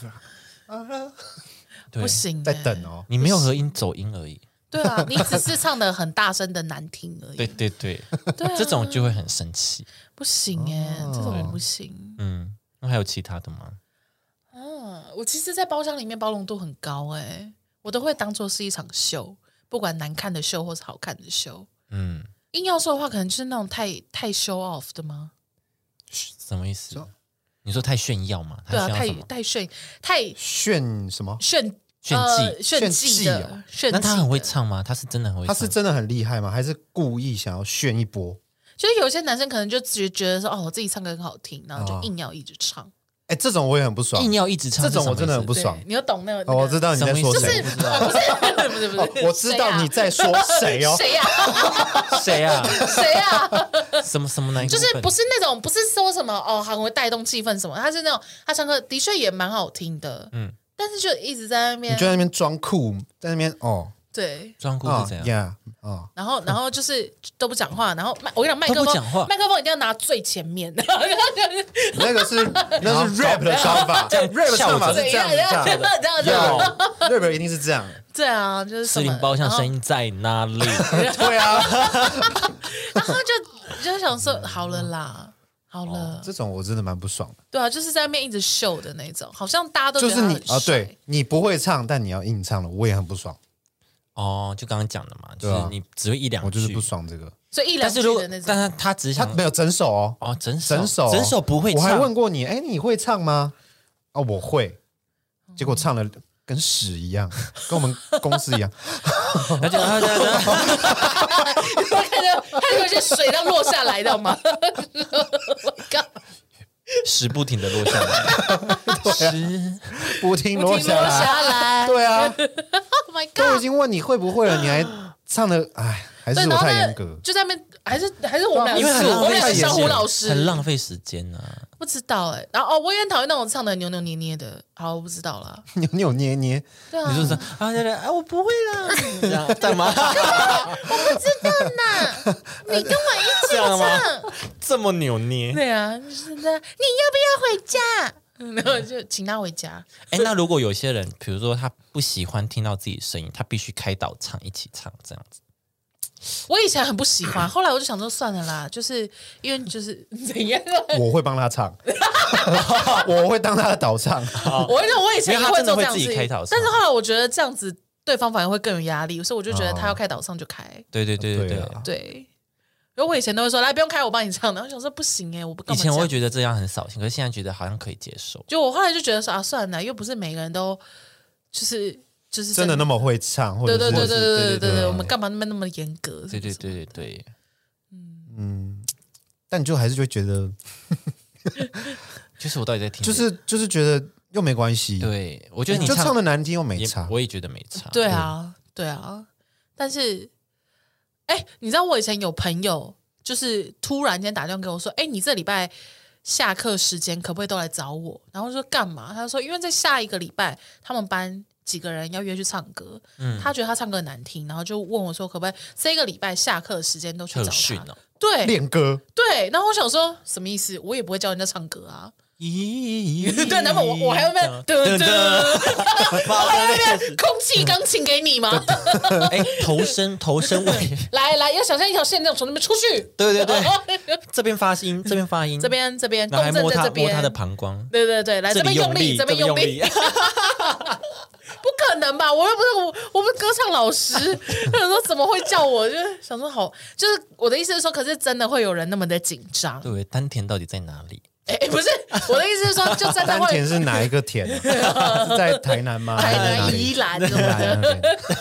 [SPEAKER 1] 对
[SPEAKER 3] 不，行，欸
[SPEAKER 2] 在等。哦。
[SPEAKER 1] 你没有合音走音而已。
[SPEAKER 3] 对啊，你只是唱的很大声的难听 而已。
[SPEAKER 1] 对对对，
[SPEAKER 3] 对啊
[SPEAKER 1] 这种就会很生气。
[SPEAKER 3] 不行哎、
[SPEAKER 1] 哦
[SPEAKER 3] 这种我不行。
[SPEAKER 1] 嗯，那还有其他的吗？
[SPEAKER 3] 嗯，我其实，在包厢里面包容度很高哎、我都会当做是一场秀，不管难看的秀或是好看的秀。
[SPEAKER 1] 嗯，
[SPEAKER 3] 硬要说的话，可能就是那种太太 show off 的吗？
[SPEAKER 1] 什么意思？你说太炫耀嘛？他
[SPEAKER 3] 对啊，
[SPEAKER 1] 炫耀
[SPEAKER 3] 太
[SPEAKER 1] 什么？
[SPEAKER 3] 太炫，太
[SPEAKER 2] 炫什么？
[SPEAKER 3] 炫
[SPEAKER 1] 炫
[SPEAKER 3] 呃
[SPEAKER 1] 技
[SPEAKER 3] 炫技哦的
[SPEAKER 2] 炫
[SPEAKER 3] 炫技的。
[SPEAKER 1] 那他很会唱吗？他是真的很会
[SPEAKER 2] 他
[SPEAKER 1] 唱，
[SPEAKER 2] 是真的很厉害吗？还是故意想要炫一波？
[SPEAKER 3] 就是有些男生可能就觉觉得说，哦，我自己唱歌很好听，然后就硬要一直唱。
[SPEAKER 2] 哎，这种我也很不爽
[SPEAKER 1] 硬。要一直唱，
[SPEAKER 2] 这种我真的很不
[SPEAKER 1] 是
[SPEAKER 3] 对
[SPEAKER 2] 爽。
[SPEAKER 3] 你要懂那个，那
[SPEAKER 2] 哦
[SPEAKER 3] 个
[SPEAKER 2] 我知道你在说
[SPEAKER 1] 什么意
[SPEAKER 2] 谁
[SPEAKER 1] 思，
[SPEAKER 3] 不是不是不是，啊
[SPEAKER 2] 我知道你在说谁哦。
[SPEAKER 3] 谁 呀啊
[SPEAKER 1] 谁啊？
[SPEAKER 3] 谁呀，
[SPEAKER 1] 什么什么男？
[SPEAKER 3] 就是不是那种不是说什么哦，很会带动气氛什么，他是那种他唱歌的确也蛮好听的，嗯，但是就一直在 那
[SPEAKER 2] 你
[SPEAKER 3] 边
[SPEAKER 2] 就在那边装酷，在那边哦
[SPEAKER 3] 对。
[SPEAKER 1] 装酷
[SPEAKER 2] 啊
[SPEAKER 1] 是怎样？
[SPEAKER 2] 呀哦，
[SPEAKER 3] 然后，然后就是都不讲话，然后麦我跟你讲，麦克
[SPEAKER 1] 都不
[SPEAKER 3] 风
[SPEAKER 1] 讲话
[SPEAKER 3] 麦克风一定要拿最 前面， 然后
[SPEAKER 2] 那个是那是 rap 的唱法
[SPEAKER 1] 这样
[SPEAKER 2] ，rap 的唱法
[SPEAKER 1] 笑
[SPEAKER 2] 是
[SPEAKER 1] 着
[SPEAKER 2] 这样子
[SPEAKER 3] 然后
[SPEAKER 2] 唱
[SPEAKER 3] 然
[SPEAKER 2] 的。
[SPEAKER 3] 后这样这样，
[SPEAKER 2] 有 rap 一定是这样，
[SPEAKER 3] 对啊，就是
[SPEAKER 1] 四
[SPEAKER 3] 什么
[SPEAKER 1] 零包厢
[SPEAKER 3] 然后
[SPEAKER 1] 声音在哪 里？
[SPEAKER 2] 对啊，
[SPEAKER 3] 然后就就想
[SPEAKER 1] 嗯
[SPEAKER 3] 说好了啦，好
[SPEAKER 1] 哦
[SPEAKER 3] 了，
[SPEAKER 2] 这种我真的蛮不爽的。
[SPEAKER 3] 对啊，就是在那边一直秀的那种，好像大家都觉
[SPEAKER 2] 就
[SPEAKER 3] 得
[SPEAKER 2] 是你
[SPEAKER 3] 他
[SPEAKER 2] 啊
[SPEAKER 3] 很，帅
[SPEAKER 2] 对你不会唱，但你要硬唱了，我也很不爽，
[SPEAKER 1] 哦，就刚刚讲的嘛，就
[SPEAKER 2] 对啊
[SPEAKER 1] 是你只会一两句，
[SPEAKER 2] 我就是不。爽这个。
[SPEAKER 3] 所以一两
[SPEAKER 1] 但是
[SPEAKER 3] 句
[SPEAKER 1] 如果
[SPEAKER 3] 的那， 种，
[SPEAKER 1] 但他他只是
[SPEAKER 2] 他
[SPEAKER 1] 想
[SPEAKER 2] 没有整首哦，
[SPEAKER 1] 哦，整首
[SPEAKER 2] 整首哦
[SPEAKER 1] 整首不会
[SPEAKER 2] 我还
[SPEAKER 1] 唱，
[SPEAKER 2] 问过你，哎，你会唱吗？哦，我会，结果唱了跟屎一样，跟我们公司一样。
[SPEAKER 1] 他就啊对啊对啊
[SPEAKER 3] 我看到看有些水要落下来的吗？ 我靠，
[SPEAKER 1] 屎不停的落下来，
[SPEAKER 2] 啊
[SPEAKER 1] 屎
[SPEAKER 2] 不听
[SPEAKER 3] 不
[SPEAKER 2] 落
[SPEAKER 3] 停
[SPEAKER 2] 下
[SPEAKER 3] 落
[SPEAKER 2] 来。
[SPEAKER 3] 下来
[SPEAKER 2] 对啊，
[SPEAKER 3] ，Oh my
[SPEAKER 2] 都已
[SPEAKER 3] God！
[SPEAKER 2] 经问你会不会了，你还唱的，哎，还是
[SPEAKER 3] 对，
[SPEAKER 2] 我
[SPEAKER 3] 然后
[SPEAKER 2] 太
[SPEAKER 3] 呢
[SPEAKER 2] 严格，。
[SPEAKER 3] 就在那边，还是还是我们
[SPEAKER 1] 啊因
[SPEAKER 3] 两
[SPEAKER 1] 为
[SPEAKER 3] 个
[SPEAKER 1] 很浪费时
[SPEAKER 3] 是，我们两个
[SPEAKER 1] 间，
[SPEAKER 3] 是小虎老师，
[SPEAKER 1] 很浪费时间啊呐。
[SPEAKER 3] 不知道哎。然后哦，我也很讨厌那种唱的扭扭捏捏的，好，我不知道啦。
[SPEAKER 2] 扭扭捏捏，
[SPEAKER 3] 对啊，
[SPEAKER 1] 你就是啊对对啊，我不会啦，这样干嘛？
[SPEAKER 3] 你跟我一
[SPEAKER 1] 这样吗
[SPEAKER 3] 唱？
[SPEAKER 1] 这么扭捏？
[SPEAKER 3] 对啊，就是那你要不要回家？ 嗯然后就请他回家。
[SPEAKER 1] 哎，那如果有些人，比如说他不喜欢听到自己声音，他必须开导唱一起唱这样子。
[SPEAKER 3] 我以前很不喜 欢，后来我就想说算了啦，就是因为就是怎样，啊
[SPEAKER 2] 我会帮他唱，我会当他的导唱。
[SPEAKER 3] 我就我以前也
[SPEAKER 1] 哦因为他
[SPEAKER 3] 会做这样
[SPEAKER 1] 真的会自
[SPEAKER 3] 子
[SPEAKER 1] 己开导唱，
[SPEAKER 3] 但是后来我觉得这样子对方反而会更有压力，所以我就觉得
[SPEAKER 1] 哦
[SPEAKER 3] 他要开导唱就开。
[SPEAKER 1] 对对对对
[SPEAKER 2] 对
[SPEAKER 1] 对
[SPEAKER 2] 啊。
[SPEAKER 3] 对，因为我以前都会说来不用开，我帮你唱。然后想说不行哎、我不干
[SPEAKER 1] 以
[SPEAKER 3] 嘛
[SPEAKER 1] 前我会
[SPEAKER 3] 这样
[SPEAKER 1] 觉得这样很扫兴，可是现在觉得好像可以接受。
[SPEAKER 3] 就我后来就觉得说啊，算了，又不是每个人都就是就是
[SPEAKER 2] 真的那么会唱，或者
[SPEAKER 3] 对
[SPEAKER 2] 是
[SPEAKER 3] 对对对对对对对
[SPEAKER 1] 对
[SPEAKER 3] 我们干嘛那么那么严格？
[SPEAKER 1] 对对对对对，
[SPEAKER 2] 但你就还是就会觉得，
[SPEAKER 1] 就是我到底在听谁？
[SPEAKER 2] 就是就是觉得又没关系，
[SPEAKER 1] 对，我觉得你
[SPEAKER 2] 就唱
[SPEAKER 1] 的
[SPEAKER 2] 的难听又没
[SPEAKER 1] 也
[SPEAKER 2] 差，
[SPEAKER 1] 我也觉得没差。
[SPEAKER 3] 对啊对啊，但是哎、你知道我以前有朋友就是突然间打电话给我说，哎、你这礼拜。下课时间可不可以都来找我？然后我说干嘛？他说因为在下一个礼拜他们班几个人要约去唱歌，他觉得他唱歌难听，然后就问我说可不可以这个礼拜下课时间都去
[SPEAKER 1] 特
[SPEAKER 3] 找
[SPEAKER 1] 训
[SPEAKER 3] 他？
[SPEAKER 1] 哦。
[SPEAKER 3] 对，
[SPEAKER 2] 练歌
[SPEAKER 3] 对，然后我想说什么意思？我也不会教人家唱歌啊。
[SPEAKER 1] 咦，
[SPEAKER 3] 对，然后我我还要被噔 噔，
[SPEAKER 1] 妈的
[SPEAKER 3] 空气钢琴给你吗？
[SPEAKER 1] 哎，头身头身位，
[SPEAKER 3] 来来，要想象一条线这样从那边出去，
[SPEAKER 1] 对对对，这边发音，这边发音，
[SPEAKER 3] 这，边这边，
[SPEAKER 1] 然后还
[SPEAKER 3] 共振
[SPEAKER 1] 摸
[SPEAKER 3] 在
[SPEAKER 1] 他
[SPEAKER 3] 这
[SPEAKER 1] 摸
[SPEAKER 3] 边，
[SPEAKER 1] 他的膀胱，
[SPEAKER 3] 对对对，来这
[SPEAKER 1] 里
[SPEAKER 3] 边用
[SPEAKER 1] 力，
[SPEAKER 3] 这边
[SPEAKER 1] 用
[SPEAKER 3] 力，，不可能吧？我又不是我，我不是歌唱 老师，他想说怎么会叫我？就是想说好，就是我的意思是说，可是真的会有人那么的紧张。
[SPEAKER 1] 对，丹田到底在哪里？
[SPEAKER 3] 哎，哎不是我的意思是说，就 真的
[SPEAKER 2] 丹田
[SPEAKER 3] 会
[SPEAKER 2] 是哪一个田 啊？是在台南吗？还
[SPEAKER 3] 台
[SPEAKER 2] 是在哪
[SPEAKER 3] 南、
[SPEAKER 2] 里
[SPEAKER 3] 宜兰什么
[SPEAKER 2] 宜
[SPEAKER 3] 的
[SPEAKER 2] 兰。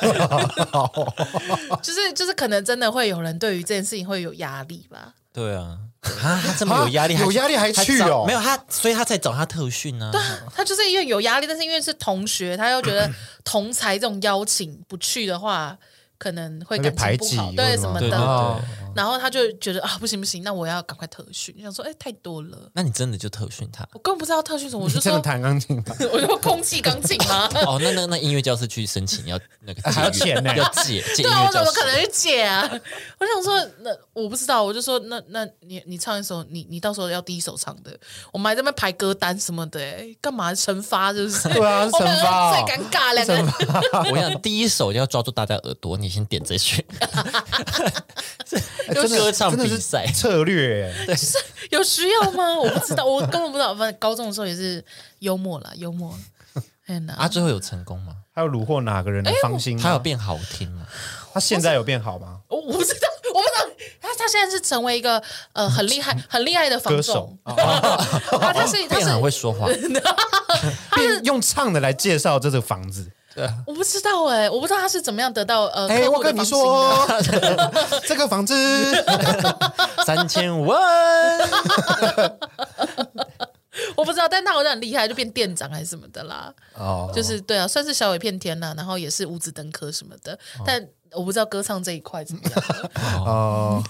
[SPEAKER 2] 那边
[SPEAKER 3] 就是就是可能真的会有人对于这件事情会有压力吧。
[SPEAKER 1] 对啊，啊，他这么有压力，
[SPEAKER 2] 啊
[SPEAKER 1] 还
[SPEAKER 2] 有压力还去哦
[SPEAKER 1] 找没有他，所以他才找他特训啊。
[SPEAKER 3] 他就是因为有压力，但是因为是同学，他又觉得同才这种邀请不去的话，可能会
[SPEAKER 2] 被
[SPEAKER 3] 感
[SPEAKER 2] 排
[SPEAKER 3] 情不
[SPEAKER 2] 挤
[SPEAKER 3] 好，
[SPEAKER 2] 或
[SPEAKER 3] 对
[SPEAKER 2] 者
[SPEAKER 3] 什么
[SPEAKER 1] 对对
[SPEAKER 3] 的。
[SPEAKER 2] 哦
[SPEAKER 3] 然后他就觉得啊，不行不行，那我要赶快特训。想说，哎，太多了，
[SPEAKER 1] 那你真的就特训他？
[SPEAKER 3] 我根本不知道特训什么，我就
[SPEAKER 2] 真的
[SPEAKER 3] 说，
[SPEAKER 2] 弹钢琴吧？
[SPEAKER 3] 我就空气钢琴吗？
[SPEAKER 1] 哦，那那那音乐教室去申请要那个
[SPEAKER 2] 还要
[SPEAKER 1] 借
[SPEAKER 2] 钱呢
[SPEAKER 1] 要借借音
[SPEAKER 3] 对啊，
[SPEAKER 1] 乐
[SPEAKER 3] 我怎
[SPEAKER 1] 教
[SPEAKER 3] 么可
[SPEAKER 1] 室。
[SPEAKER 3] 能去解啊？我想说，那我不知道，我就说，那那你你唱一首，你你到时候要第一首唱的，我们还在那边排歌单什么的、欸，干嘛惩罚是不是？
[SPEAKER 2] 对啊
[SPEAKER 3] 我们
[SPEAKER 2] 惩罚哦
[SPEAKER 3] 最尴尬两个人，
[SPEAKER 1] 我想第一首就要抓住大家耳朵，你先点这 曲，
[SPEAKER 2] 哎真的
[SPEAKER 1] 歌唱
[SPEAKER 2] 真的是
[SPEAKER 1] 比赛
[SPEAKER 2] 策略耶，
[SPEAKER 3] 有需要吗？我不知道，我根本不知道。反正高中的时候也是幽默啦，幽默。哎呐，
[SPEAKER 1] 啊，最后有成功吗？
[SPEAKER 2] 还有虏获哪个人
[SPEAKER 3] 哎
[SPEAKER 2] 的芳心吗？
[SPEAKER 1] 他有变好听吗？
[SPEAKER 2] 他现在有变好吗？
[SPEAKER 3] 我我不知道，我不知道。他他现在是成为一个呃很厉害、很厉害的防
[SPEAKER 2] 嗯歌手 啊
[SPEAKER 3] 总，他他是他
[SPEAKER 1] 变
[SPEAKER 3] 是
[SPEAKER 1] 很会说 话，
[SPEAKER 2] 变用唱的来介绍这个房子。
[SPEAKER 3] 我不知道哎、我不知道他是怎么样得到呃
[SPEAKER 2] 哎，
[SPEAKER 3] 客户
[SPEAKER 2] 我
[SPEAKER 3] 的
[SPEAKER 2] 跟你
[SPEAKER 3] 芳心啊的
[SPEAKER 2] 说， 这个房子
[SPEAKER 1] 三千万。
[SPEAKER 3] 我不知道，但他好像很厉害，就变店长还是什么的啦。
[SPEAKER 2] 哦，
[SPEAKER 3] 就是对啊，算是小有片天啦，然后也是五子登科什么的，但我不知道歌唱这一块怎么样，
[SPEAKER 2] 哦，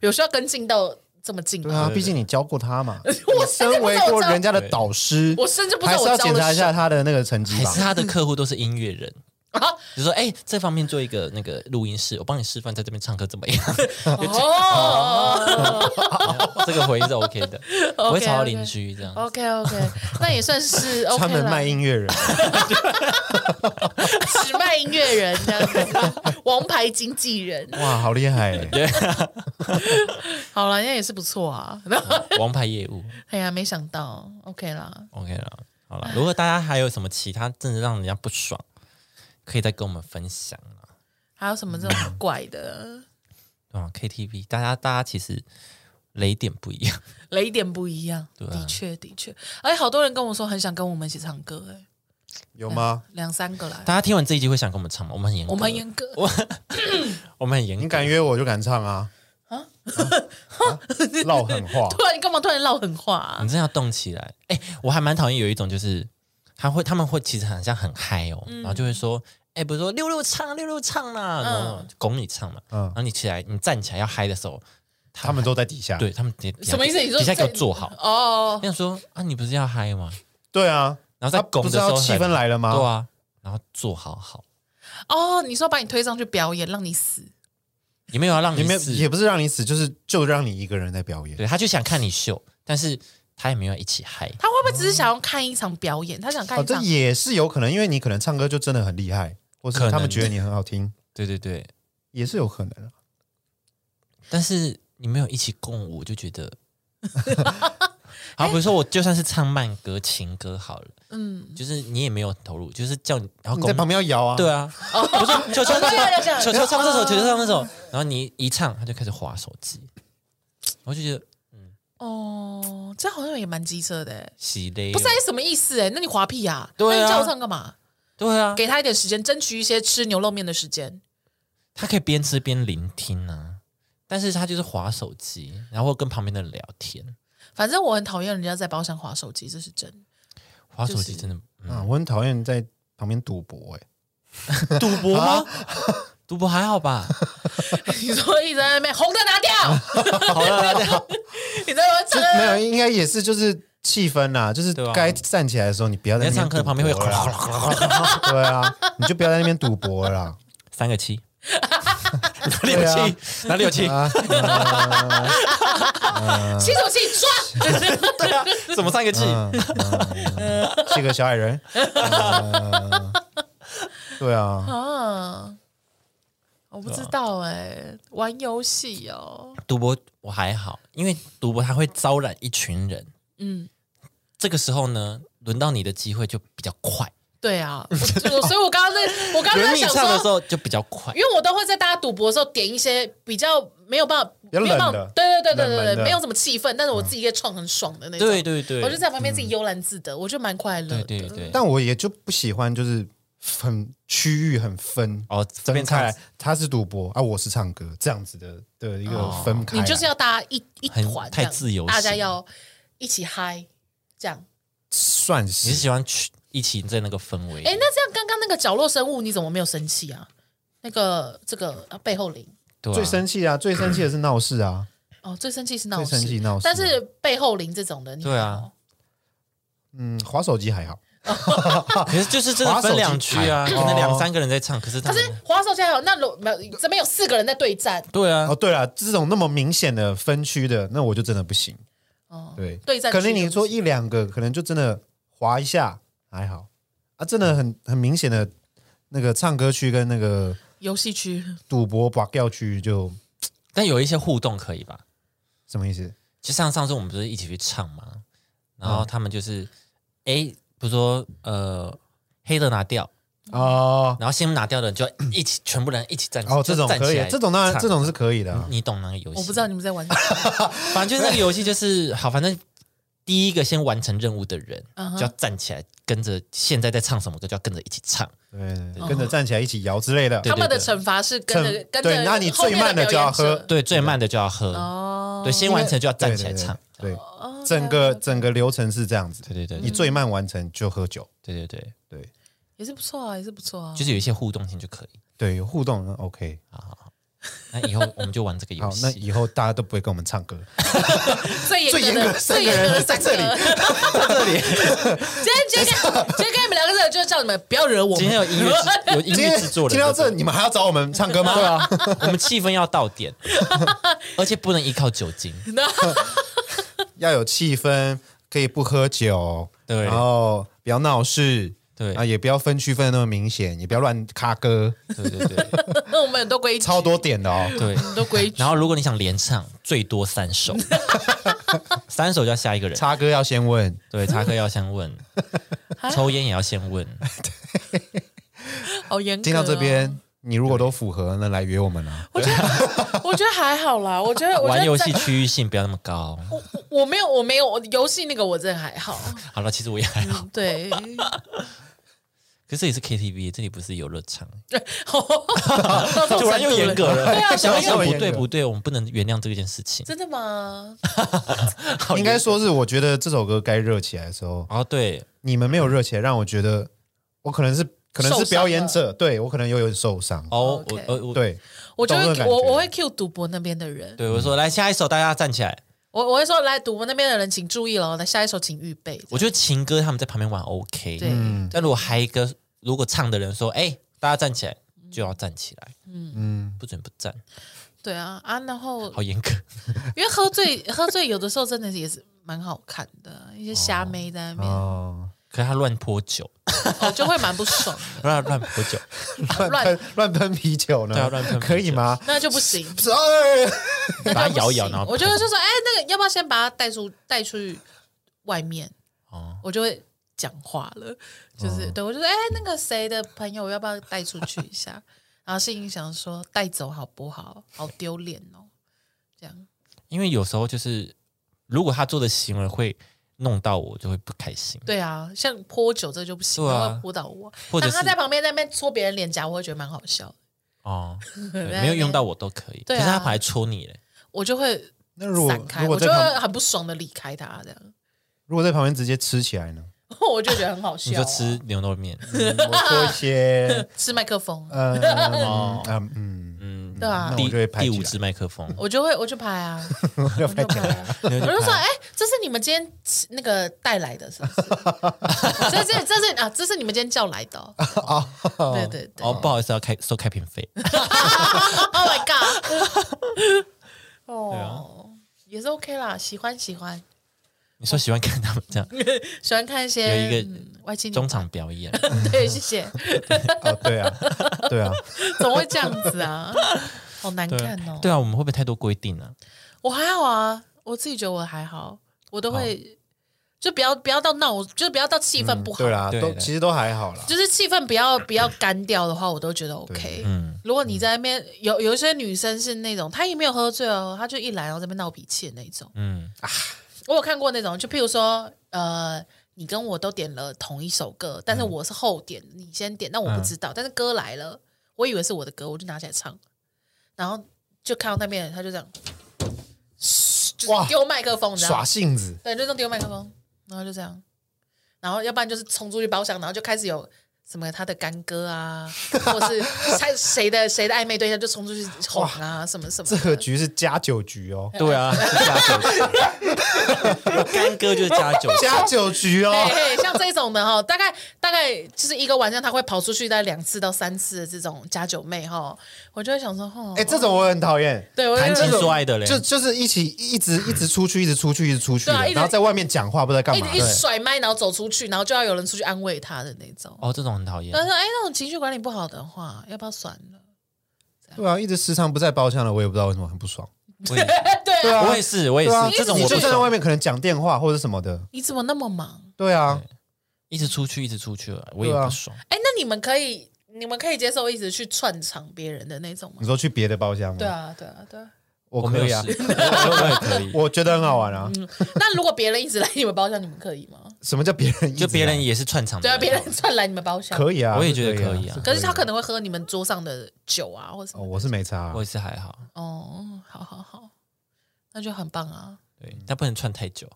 [SPEAKER 3] 有需要跟进到这么近
[SPEAKER 2] 对
[SPEAKER 3] 吗？
[SPEAKER 2] 啊，毕竟你教过他嘛，
[SPEAKER 3] 我
[SPEAKER 2] 你身为过人家的
[SPEAKER 1] 对
[SPEAKER 2] 导师，
[SPEAKER 3] 我甚至不知
[SPEAKER 2] 还
[SPEAKER 3] 道
[SPEAKER 2] 是
[SPEAKER 3] 我
[SPEAKER 2] 要
[SPEAKER 3] 教
[SPEAKER 2] 检查
[SPEAKER 3] 了
[SPEAKER 2] 一
[SPEAKER 3] 什
[SPEAKER 2] 下他的那个成绩
[SPEAKER 1] 还
[SPEAKER 2] 吧
[SPEAKER 1] 是。他的客户都是音乐人。
[SPEAKER 3] 啊
[SPEAKER 1] 就说哎、这方面做一个那个录音室，我帮你示范在这边唱歌怎么样？
[SPEAKER 3] 哦。
[SPEAKER 1] 这个回应是 OK 的，不会吵到邻居这样。
[SPEAKER 3] OK OK，那也算是 OK
[SPEAKER 2] 专门
[SPEAKER 3] 啦
[SPEAKER 2] 卖音乐人，
[SPEAKER 3] 只卖音乐人这样子，王牌经纪人。
[SPEAKER 2] 哇，好厉害欸 耶！
[SPEAKER 3] 好了，那也是不错啊。
[SPEAKER 1] 王牌业务
[SPEAKER 3] 哎呀，没想到 OK 啦，
[SPEAKER 1] OK 了，好了。如果大家还有什么其他真的让人家不爽，可以再跟我们分享啊。
[SPEAKER 3] 还有什么这种怪的
[SPEAKER 1] 对吧 KTV，大家大家其实雷点不一 样，
[SPEAKER 3] 雷点不一样？
[SPEAKER 1] 啊
[SPEAKER 3] 的确的确，哎，好多人跟我说很想跟我们一起唱歌，哎，
[SPEAKER 2] 有吗？
[SPEAKER 3] 两三个来，
[SPEAKER 1] 大家听完这一集会想跟我们唱吗？我们很严格，
[SPEAKER 3] 我们严格，
[SPEAKER 1] 我们很严格，
[SPEAKER 2] 你敢约我就敢唱 啊！啊，啊唠狠话，
[SPEAKER 3] 突然你干嘛突然唠狠话啊
[SPEAKER 1] 你？真的要动起来。哎、我还蛮讨厌有一种就是他会他们会其实好像很嗨哦，
[SPEAKER 3] 嗯
[SPEAKER 1] 然后就会说。哎，比如说六六唱六六唱啦，然后拱你唱嘛，
[SPEAKER 2] 嗯
[SPEAKER 1] 然后你起来，你站起来要嗨的时候，
[SPEAKER 2] 他们都在底下。
[SPEAKER 1] 对他们底下
[SPEAKER 3] 什么意思？你说
[SPEAKER 1] 底下给我
[SPEAKER 3] 在
[SPEAKER 1] 坐好，
[SPEAKER 3] 哦，
[SPEAKER 1] 那样说啊，你不是要嗨吗？
[SPEAKER 2] 对啊，
[SPEAKER 1] 然后在
[SPEAKER 2] 他
[SPEAKER 1] 拱
[SPEAKER 2] 不
[SPEAKER 1] 的
[SPEAKER 2] 知
[SPEAKER 1] 时候
[SPEAKER 2] 道
[SPEAKER 1] 很，
[SPEAKER 2] 气氛来了吗？
[SPEAKER 1] 对啊，然后坐好好，
[SPEAKER 3] 哦，你说把你推上去表演，让你死，
[SPEAKER 1] 也没有要让
[SPEAKER 2] 也没
[SPEAKER 1] 你
[SPEAKER 2] 有，
[SPEAKER 1] 死，
[SPEAKER 2] 也不是让你死，就是就让你一个人在表演。
[SPEAKER 1] 对，他就想看你秀，但是他也没有要一起嗨，
[SPEAKER 3] 他会不会只是想要看一场表演？他想看
[SPEAKER 2] 哦，
[SPEAKER 3] 一
[SPEAKER 2] 这
[SPEAKER 3] 场
[SPEAKER 2] 也是有可能，因为你可能唱歌就真的很厉害，或是
[SPEAKER 1] 可能
[SPEAKER 2] 他们觉得你很好听，
[SPEAKER 1] 对对对，
[SPEAKER 2] 也是有可能啊。
[SPEAKER 1] 但是你没有一起共舞，我就觉 得。好，比如说我就算是唱慢歌、情歌好了，
[SPEAKER 3] 嗯，
[SPEAKER 1] 就是你也没有很投入，就是叫你，然后
[SPEAKER 2] 你
[SPEAKER 1] 拱
[SPEAKER 2] 在旁边要摇啊，
[SPEAKER 1] 对啊，不是球球
[SPEAKER 3] 哦对啊对哦
[SPEAKER 1] 唱
[SPEAKER 3] 啊
[SPEAKER 1] 球球唱这首，球球唱这首，然后你一唱，他就开始划手机，我就觉得
[SPEAKER 3] 哦，这好像也蛮机车的欸，
[SPEAKER 1] 洗嘞，
[SPEAKER 3] 不是哎什么意思哎？那你滑屁呀？
[SPEAKER 1] 对啊
[SPEAKER 3] 那你叫我唱干嘛？
[SPEAKER 1] 对啊，
[SPEAKER 3] 给他一点时间，争取一些吃牛肉面的时间。
[SPEAKER 1] 他可以边吃边聆听啊，但是他就是划手机，然后跟旁边的人聊天，
[SPEAKER 3] 反正我很讨厌人家在包厢划手机，这是真。
[SPEAKER 1] 划手
[SPEAKER 3] 就
[SPEAKER 1] 机
[SPEAKER 3] 是
[SPEAKER 1] 真的、嗯
[SPEAKER 2] 啊，我很讨厌在旁边赌博、欸，
[SPEAKER 1] 赌博 吗？赌博还好吧？
[SPEAKER 3] 你说一直在那边红的拿掉，
[SPEAKER 1] 好了，大 家
[SPEAKER 3] 你在那 边
[SPEAKER 2] 就
[SPEAKER 3] 唱歌
[SPEAKER 2] 没有，应该也是就是气氛啦、就是
[SPEAKER 1] 啊对啊
[SPEAKER 2] 该站起来的时候，你不要
[SPEAKER 1] 你
[SPEAKER 2] 在
[SPEAKER 1] 在
[SPEAKER 2] 那边
[SPEAKER 1] 唱歌旁边会
[SPEAKER 2] 赌博啦 对啊，你就不要在那边赌博了啦。
[SPEAKER 1] 三个 七，哪里有七？哪里有七？
[SPEAKER 2] 啊，
[SPEAKER 3] 起手气 抓，
[SPEAKER 1] 对啊， 怎么三个七？
[SPEAKER 3] 嗯
[SPEAKER 2] 是个小矮人。嗯对啊，
[SPEAKER 3] 啊！我不知道哎、玩游戏哦，
[SPEAKER 1] 赌博我还好，因为赌博它会招揽一群人，
[SPEAKER 3] 嗯，
[SPEAKER 1] 这个时候呢，轮到你的机会就比较快。
[SPEAKER 3] 对啊，我我所以我刚刚在，我刚刚
[SPEAKER 1] 轮
[SPEAKER 3] 在
[SPEAKER 1] 你
[SPEAKER 3] 啊想
[SPEAKER 1] 唱的时
[SPEAKER 3] 说，
[SPEAKER 1] 候就比较快
[SPEAKER 3] 因，为我都会在大家赌博的时候点一些比较没有办法，
[SPEAKER 2] 比较
[SPEAKER 3] 没有办
[SPEAKER 2] 冷
[SPEAKER 3] 法
[SPEAKER 2] 的，
[SPEAKER 3] 对对对
[SPEAKER 2] 冷
[SPEAKER 3] 对
[SPEAKER 2] 门
[SPEAKER 3] 对
[SPEAKER 2] 的
[SPEAKER 3] 对，没有什么气氛，但是我自己在创很爽的那种，
[SPEAKER 1] 对对对，
[SPEAKER 3] 我就在旁边自己悠然自得，我觉得蛮快乐
[SPEAKER 1] 对
[SPEAKER 3] 的，
[SPEAKER 1] 对对，
[SPEAKER 2] 但我也就不喜欢就是很区域很分
[SPEAKER 1] 哦
[SPEAKER 2] 分开
[SPEAKER 1] 变
[SPEAKER 2] 来，他是赌博啊，我是唱歌，这样子的的一
[SPEAKER 1] 哦
[SPEAKER 2] 个分开来、
[SPEAKER 3] 你就是要大家一一
[SPEAKER 1] 很
[SPEAKER 3] 团，
[SPEAKER 1] 太
[SPEAKER 3] 这样
[SPEAKER 1] 自由
[SPEAKER 3] 大家
[SPEAKER 1] 型
[SPEAKER 3] 要一起嗨，这样。
[SPEAKER 2] 算
[SPEAKER 1] 你是
[SPEAKER 2] 是
[SPEAKER 1] 喜欢去一起在那个氛围？
[SPEAKER 3] 哎，那这样刚刚那个角落生物你怎么没有生气啊？那个这个啊背后灵
[SPEAKER 1] 对啊
[SPEAKER 2] 最生气啊，最生气的是闹事啊，
[SPEAKER 3] 哦，最生气是闹
[SPEAKER 2] 最
[SPEAKER 3] 事，
[SPEAKER 2] 生气闹事。啊
[SPEAKER 3] 但是背后灵这种的，你
[SPEAKER 1] 对啊
[SPEAKER 2] 嗯，划手机还好，
[SPEAKER 1] 可是就是真的分两区啊，
[SPEAKER 2] 滑
[SPEAKER 1] 可
[SPEAKER 2] 手机哎哦台
[SPEAKER 1] 能两三个人在唱，可是他
[SPEAKER 3] 还好。可
[SPEAKER 1] 们
[SPEAKER 3] 是滑手加油，那如没有这边有四个人在对战，
[SPEAKER 1] 对啊
[SPEAKER 2] 哦，，对了，这种那么明显的分区的，那我就真的不行。
[SPEAKER 3] 哦，
[SPEAKER 2] 对，
[SPEAKER 3] 对战
[SPEAKER 2] 可能
[SPEAKER 3] 区
[SPEAKER 2] 你
[SPEAKER 3] 就不
[SPEAKER 2] 说一两个，可能就真的划一下还好啊，真的很很明显的那个唱歌区跟那个
[SPEAKER 3] 游戏区
[SPEAKER 2] 赌博拔掉区就
[SPEAKER 1] 但有一些互动可以吧？
[SPEAKER 2] 什么意思？
[SPEAKER 1] 就像上次我们不是一起去唱嘛，然后他们就是哎，不是说呃黑的拿掉，
[SPEAKER 3] 嗯
[SPEAKER 2] 哦
[SPEAKER 1] 然后先拿掉的人就要一起全部人一起站起
[SPEAKER 2] 哦，这种
[SPEAKER 1] 就站
[SPEAKER 2] 可
[SPEAKER 1] 起
[SPEAKER 2] 以
[SPEAKER 1] 来，
[SPEAKER 2] 这种当然
[SPEAKER 1] 唱
[SPEAKER 2] 这种是可以的啊、
[SPEAKER 1] 你懂那个游戏？
[SPEAKER 3] 我不知道，你们在玩什么，
[SPEAKER 1] 反正就是那个游戏就是好，反正第一个先完成任务的人
[SPEAKER 3] 嗯哼
[SPEAKER 1] 就要站起来，跟着现在在唱什么歌就要跟着一起唱。
[SPEAKER 2] 对对，
[SPEAKER 3] 嗯
[SPEAKER 2] 对跟着站起来一起摇之类的。
[SPEAKER 3] 他们的
[SPEAKER 1] 嗯对
[SPEAKER 3] 惩罚是跟着
[SPEAKER 2] 惩
[SPEAKER 3] 跟
[SPEAKER 2] 对
[SPEAKER 3] 着
[SPEAKER 2] 那你
[SPEAKER 3] 后面
[SPEAKER 2] 最慢的
[SPEAKER 3] 表
[SPEAKER 2] 就要
[SPEAKER 3] 演者
[SPEAKER 2] 喝
[SPEAKER 1] 对，最慢的就要喝，
[SPEAKER 3] 哦，
[SPEAKER 1] 对，先完成就要站起来
[SPEAKER 2] 对对对
[SPEAKER 1] 唱。
[SPEAKER 2] 对，
[SPEAKER 3] 哦
[SPEAKER 2] 整个整个流程是这样子，
[SPEAKER 1] 对对对
[SPEAKER 2] 你
[SPEAKER 1] 对
[SPEAKER 2] 最慢完成就喝酒，
[SPEAKER 1] 对对对，
[SPEAKER 2] 对
[SPEAKER 3] 也是不错啊，也是不错啊，
[SPEAKER 1] 就是有一些互动性就可以。
[SPEAKER 2] 对，有互动那 OK。
[SPEAKER 1] 那以后我们就玩这个
[SPEAKER 2] 好
[SPEAKER 1] 游，
[SPEAKER 2] 那
[SPEAKER 1] 戏。
[SPEAKER 2] 以后大家都不会跟我们唱歌，
[SPEAKER 3] 最
[SPEAKER 2] 最严
[SPEAKER 3] 严格
[SPEAKER 2] 格
[SPEAKER 3] 的
[SPEAKER 2] 的三
[SPEAKER 3] 最
[SPEAKER 2] 个
[SPEAKER 3] 严格的
[SPEAKER 2] 人
[SPEAKER 3] 三
[SPEAKER 2] 在
[SPEAKER 3] 个
[SPEAKER 2] 这里， 在这里。
[SPEAKER 3] 今天今天今天跟你们两个人就是叫你们不要惹我
[SPEAKER 1] 今天有
[SPEAKER 3] 们。
[SPEAKER 1] 音乐制，有音
[SPEAKER 2] 今
[SPEAKER 1] 乐
[SPEAKER 2] 天
[SPEAKER 1] 制作人
[SPEAKER 2] 听到
[SPEAKER 1] 对
[SPEAKER 2] 这，你们还要找我们唱歌吗？对啊，
[SPEAKER 1] 不对，我们气氛要到点，而且不能依靠酒精。
[SPEAKER 2] 要有气氛，可以不喝酒，
[SPEAKER 1] 对
[SPEAKER 2] 然后不要闹事，
[SPEAKER 1] 对
[SPEAKER 2] 啊，也不要分区分得那么明显，也不要乱卡 歌，
[SPEAKER 1] 对对对
[SPEAKER 3] 我们很多规矩，
[SPEAKER 2] 超多点的哦。
[SPEAKER 1] 对。
[SPEAKER 3] 很多规矩。
[SPEAKER 1] 然后如果你想连唱，最多三首， 三首就要下一个人。
[SPEAKER 2] 插歌要先问，
[SPEAKER 1] 对，查克要先问，
[SPEAKER 3] 啊
[SPEAKER 1] 抽烟也要先问。
[SPEAKER 3] 好哦严格、
[SPEAKER 2] 听到这，边，你如果都符合，那来约我们啊。
[SPEAKER 3] 我觉得我觉得还好啦。我觉得我觉得
[SPEAKER 1] 玩游戏
[SPEAKER 3] 在
[SPEAKER 1] 区域性不要那么高。
[SPEAKER 3] 我我我没有我没有我游戏那个我真的还好。
[SPEAKER 1] 好了，其实我也还好，
[SPEAKER 3] 对，
[SPEAKER 1] 可是这里是 KTV，这里不是游乐场，
[SPEAKER 3] 突
[SPEAKER 1] 突然又严格了。
[SPEAKER 3] 对啊，
[SPEAKER 1] 想
[SPEAKER 3] 想
[SPEAKER 1] 一想
[SPEAKER 2] 突然又
[SPEAKER 1] 不
[SPEAKER 2] 严
[SPEAKER 1] 对
[SPEAKER 2] 格
[SPEAKER 1] 不对，我们不能原谅这件事情。
[SPEAKER 3] 真的吗？
[SPEAKER 1] 好
[SPEAKER 2] 应该说是，我觉得这首歌该热起来的时候，
[SPEAKER 1] 哦，对，
[SPEAKER 2] 你们没有热起来，让我觉得我可能是可能
[SPEAKER 3] 受
[SPEAKER 2] 是
[SPEAKER 3] 伤
[SPEAKER 2] 表演
[SPEAKER 3] 了
[SPEAKER 2] 者，对我可能有点受伤。
[SPEAKER 1] 哦，我
[SPEAKER 3] OK
[SPEAKER 1] 我我，
[SPEAKER 2] 对，
[SPEAKER 3] 我就
[SPEAKER 2] 懂那
[SPEAKER 3] 会
[SPEAKER 2] 个感
[SPEAKER 3] 我
[SPEAKER 2] 觉
[SPEAKER 3] 我会 cue 赌博那边的人，
[SPEAKER 1] 对我说来下一首，大家站起来。
[SPEAKER 3] 我我会说来赌博那边的人请注意了，来下一首请预备。
[SPEAKER 1] 我觉嗯得情歌他们在旁边玩 OK，
[SPEAKER 3] 对，
[SPEAKER 1] 但如果嗨歌，如果唱的人说，哎，大家站起来，就要站起来，嗯嗯，不准不站，
[SPEAKER 3] 对啊啊，然后
[SPEAKER 1] 好严格。
[SPEAKER 3] 因为喝醉喝醉有的时候真的也是蛮好看的，一些虾妹在那边，我、
[SPEAKER 2] 哦，
[SPEAKER 1] 可是他乱泼酒，
[SPEAKER 3] 就会蛮不爽的。
[SPEAKER 1] 乱乱泼酒，
[SPEAKER 2] 乱
[SPEAKER 3] 乱
[SPEAKER 2] 喷 乱喷啤酒呢？
[SPEAKER 1] 对啊乱喷啤酒
[SPEAKER 2] 可以吗？
[SPEAKER 3] 那就不行，
[SPEAKER 2] 是哎
[SPEAKER 3] 那 就
[SPEAKER 1] 把它
[SPEAKER 3] 不
[SPEAKER 1] 摇
[SPEAKER 3] 行
[SPEAKER 1] 摇然后
[SPEAKER 3] 我就会就说，哎、那个要不要先把它带出带出去外面？
[SPEAKER 1] 哦
[SPEAKER 3] 我就会讲话了，就是、对我就说，哎、那个谁的朋友要不要带出去一下？然后心里想说，带走好不好？好丢脸哦，这样
[SPEAKER 1] 因为有时候就是，如果他做的行为会弄到我，就会不开心。
[SPEAKER 3] 对啊，像泼酒这就不行，
[SPEAKER 1] 对啊
[SPEAKER 3] 他会泼到我。
[SPEAKER 1] 或者
[SPEAKER 3] 但
[SPEAKER 1] 是
[SPEAKER 3] 他在旁边在那边搓别人脸颊，我会觉得蛮好笑的。
[SPEAKER 1] 哦，对
[SPEAKER 3] 对
[SPEAKER 1] 没有用到我都可以。
[SPEAKER 3] 对啊
[SPEAKER 1] 可是他跑来戳你嘞，
[SPEAKER 3] 我就会
[SPEAKER 2] 那如果
[SPEAKER 3] 散开，
[SPEAKER 2] 如果
[SPEAKER 3] 我就
[SPEAKER 2] 在
[SPEAKER 3] 会
[SPEAKER 2] 旁
[SPEAKER 3] 很不爽的离开他，这样
[SPEAKER 2] 如果在旁边直接吃起来呢？
[SPEAKER 3] 我就觉得很好笑、
[SPEAKER 1] 你就吃牛肉面，
[SPEAKER 2] 嗯我说一 些
[SPEAKER 3] 吃麦克风，
[SPEAKER 2] 呃嗯嗯嗯，
[SPEAKER 1] 嗯，
[SPEAKER 3] 对啊
[SPEAKER 2] 那，
[SPEAKER 1] 第
[SPEAKER 2] 我就会拍
[SPEAKER 1] 第
[SPEAKER 2] 起
[SPEAKER 1] 五
[SPEAKER 2] 来
[SPEAKER 1] 支麦克风，
[SPEAKER 3] 我就会我就拍 啊，
[SPEAKER 2] 要
[SPEAKER 3] 我就拍啊，我就说，哎、这是你们今天吃那个带来的，是不是？ 这这这是啊，这是你们今天叫来的哦、 对对对、
[SPEAKER 1] 哦，不好意思，要开收开瓶费。
[SPEAKER 3] o h Oh my god！哦，
[SPEAKER 1] 啊
[SPEAKER 3] 也是 OK 啦，喜欢喜欢
[SPEAKER 1] 你说喜欢看他们这样
[SPEAKER 3] 喜欢看一些
[SPEAKER 1] 有一个
[SPEAKER 3] 嗯歪七扭
[SPEAKER 1] 中场表演，
[SPEAKER 3] 对，谢谢，
[SPEAKER 2] 哦对啊对啊，
[SPEAKER 3] 怎么会这样子啊？ 好难
[SPEAKER 1] 对
[SPEAKER 3] 看哦
[SPEAKER 1] 啊，。对啊，我们会不会太多规定啊？
[SPEAKER 3] 我还好啊，我自己觉得我还好，我都会、就不要不要到闹，就是不要到 气氛不好，
[SPEAKER 2] 嗯对啦，
[SPEAKER 1] 嗯对
[SPEAKER 2] 都
[SPEAKER 1] 对
[SPEAKER 2] 其实都还好啦。
[SPEAKER 3] 就是气氛不要不要干掉的话，我都觉得 OK。
[SPEAKER 1] 嗯，
[SPEAKER 3] 如果你在那边有有一些女生是那种，她也没有喝醉哦，她就一来然后在那边闹脾气的那种，
[SPEAKER 1] 嗯，
[SPEAKER 3] 我有看过那种，就譬如说呃。你跟我都点了同一首歌，但是我是后点，你先点，但我不知道，但是歌来了，我以为是我的歌，我就拿起来唱，然后就看到那边人他就这样，就是
[SPEAKER 2] 哇
[SPEAKER 3] 丢麦克风，你知道吗
[SPEAKER 2] 耍性子，
[SPEAKER 3] 对，就这样丢麦克风，然后就这样，然后要不然就是冲出去包厢，然后就开始有什么他的干哥啊，或是他谁的谁的暧昧对象就冲出去哄啊，什么什么
[SPEAKER 2] 这
[SPEAKER 3] 的。
[SPEAKER 2] 个局是加酒局哦，
[SPEAKER 1] 对啊，是加酒局， 干哥就是加酒局，
[SPEAKER 2] 加酒局
[SPEAKER 3] 对
[SPEAKER 2] 哦，
[SPEAKER 3] 对，像这种的哈，大概大概就是一个晚上他会跑出去大概两次到三次的这种家酒妹哈，我就会想说，哦，
[SPEAKER 2] 哎，这种我很讨厌。
[SPEAKER 3] 对我就
[SPEAKER 1] 谈
[SPEAKER 3] 觉
[SPEAKER 1] 情
[SPEAKER 3] 得
[SPEAKER 1] 说爱的嘞，
[SPEAKER 2] 就就是一起一直一直出去，一直出去，一直出去
[SPEAKER 3] 对
[SPEAKER 2] 的，
[SPEAKER 3] 啊一直
[SPEAKER 2] 然后在外面讲话，不知道干
[SPEAKER 3] 一
[SPEAKER 2] 嘛
[SPEAKER 3] 直一。直甩麦，然后走出去，然后就要有人出去安慰他的那种。
[SPEAKER 1] 哦，这种很讨厌
[SPEAKER 3] 但。是哎，那种情绪管理不好的话，要不要算了？
[SPEAKER 2] 对啊，一直时常不在包厢了，我也不知道为什么很不爽。
[SPEAKER 1] 我也
[SPEAKER 3] 对啊，
[SPEAKER 1] 我也是，我也
[SPEAKER 2] 对啊，
[SPEAKER 1] 是，这种
[SPEAKER 2] 你
[SPEAKER 1] 我
[SPEAKER 2] 就
[SPEAKER 1] 不
[SPEAKER 2] 算在外
[SPEAKER 1] 爽。
[SPEAKER 2] 面可能讲电话或者什么的。
[SPEAKER 3] 你怎么那么忙？
[SPEAKER 2] 对啊，
[SPEAKER 1] 一直出去，一直出去了，我也
[SPEAKER 2] 对啊
[SPEAKER 1] 不爽。
[SPEAKER 3] 哎，那你们可以，你们可以接受一直去串场别人的那种吗
[SPEAKER 2] 你？说去别的包厢吗？
[SPEAKER 3] 对，啊，对啊，对啊。
[SPEAKER 2] 我
[SPEAKER 1] 我没有
[SPEAKER 2] 可以
[SPEAKER 1] 事，
[SPEAKER 2] 啊，
[SPEAKER 1] 我我也可 以。
[SPEAKER 2] 我觉得很好玩啊。
[SPEAKER 3] 那如果别人一直来你们包厢，你们可以吗？
[SPEAKER 2] 什么叫别人一直
[SPEAKER 1] 就
[SPEAKER 2] 来？
[SPEAKER 1] 别人也是串场的
[SPEAKER 3] 对啊，
[SPEAKER 1] 人，
[SPEAKER 3] 别人串来你们包厢，
[SPEAKER 2] 可以啊，
[SPEAKER 1] 我也觉得
[SPEAKER 2] 是
[SPEAKER 1] 可以啊
[SPEAKER 3] 可是他可能会喝你们桌上的酒啊，或什
[SPEAKER 2] 哦，
[SPEAKER 3] 么。
[SPEAKER 2] 我是没差啊
[SPEAKER 1] 我。也是还好，
[SPEAKER 3] 哦，好好好，那就很棒啊。
[SPEAKER 2] 嗯
[SPEAKER 1] 对，但不能串太久，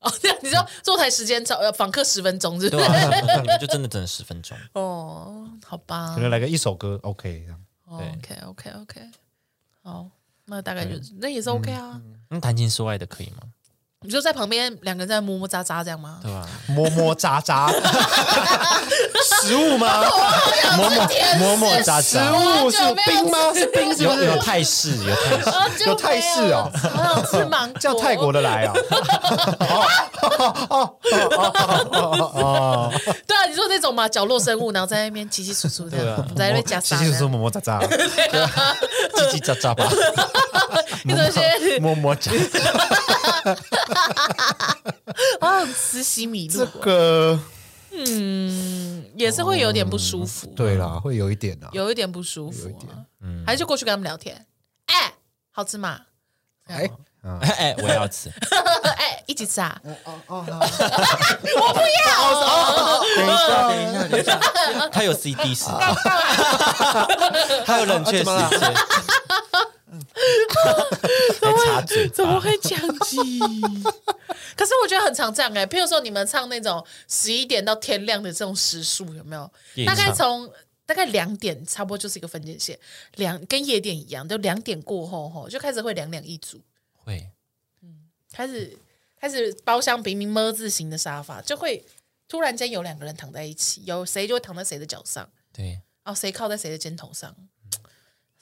[SPEAKER 3] 哦，这样你知道坐台时间超呃访客十分钟是不
[SPEAKER 1] 对
[SPEAKER 2] 啊
[SPEAKER 3] 是？
[SPEAKER 1] 吧？你们就真的等了十分钟，
[SPEAKER 3] 哦，好吧
[SPEAKER 2] 可。能来个一首歌，OK，这样
[SPEAKER 3] OK OK OK，好，那大概
[SPEAKER 2] 嗯
[SPEAKER 3] 就是那也是 OK 啊。
[SPEAKER 1] 那谈情说爱的可以吗？
[SPEAKER 3] 你就在旁边两个人在么么喳喳这样吗？
[SPEAKER 1] 对吧？
[SPEAKER 2] 么么喳 喳，食物吗？么么么么喳
[SPEAKER 3] 食物
[SPEAKER 2] 喳，
[SPEAKER 3] 好
[SPEAKER 2] 物
[SPEAKER 3] 久
[SPEAKER 2] 是
[SPEAKER 3] 没有
[SPEAKER 2] 冰吗？
[SPEAKER 3] 吃
[SPEAKER 2] 是冰是不
[SPEAKER 1] 有有
[SPEAKER 2] 是？
[SPEAKER 1] 泰式，有泰式，
[SPEAKER 3] 啊，就
[SPEAKER 2] 有泰式
[SPEAKER 3] 没有
[SPEAKER 2] 哦
[SPEAKER 3] 好想吃芒 果，
[SPEAKER 2] 叫泰国的来啊！
[SPEAKER 3] 对啊，你说那种嘛，角落生物，然后在那边稀稀疏疏
[SPEAKER 1] 对
[SPEAKER 3] 的
[SPEAKER 1] 啊，
[SPEAKER 3] 在那边夹
[SPEAKER 2] 稀
[SPEAKER 3] 沙
[SPEAKER 2] 稀疏疏，
[SPEAKER 3] 的，
[SPEAKER 2] 么么喳 喳，
[SPEAKER 1] 叽叽喳喳吧。
[SPEAKER 3] 你怎么些
[SPEAKER 2] 么么喳。
[SPEAKER 3] 啊， 吃西米
[SPEAKER 2] 这
[SPEAKER 3] 露啊
[SPEAKER 2] 个
[SPEAKER 3] 也是会有点不舒服，
[SPEAKER 2] 哦对啦，会有一点啊。
[SPEAKER 3] 有一点不舒服啊，
[SPEAKER 2] 嗯
[SPEAKER 3] 还是就过去跟他们聊天，哎，好吃吗？
[SPEAKER 2] 哎，
[SPEAKER 1] 哎，我要吃，
[SPEAKER 3] 哎，一起 吃啊？
[SPEAKER 2] 等一 下，等一下，等一下，
[SPEAKER 1] 他有 CD 时间，他有冷却时
[SPEAKER 2] 啊怎
[SPEAKER 1] 间， 还嗯插嘴
[SPEAKER 3] 怎么会这样子？可是我觉得很常这样哎、譬如说你们唱那种十一点到天亮的这种时数，有没有
[SPEAKER 1] 夜？
[SPEAKER 3] 大
[SPEAKER 1] 唱
[SPEAKER 3] 概从大概两点差不多就是一个分界线，两跟夜店一样，就两点过后吼就开始会两两一组，
[SPEAKER 1] 会
[SPEAKER 3] 开始开始包厢平民么字形的沙发，就会突然间有两个人躺在一起，有谁就会躺在谁的脚上，
[SPEAKER 1] 对
[SPEAKER 3] 然后谁靠在谁的肩头上，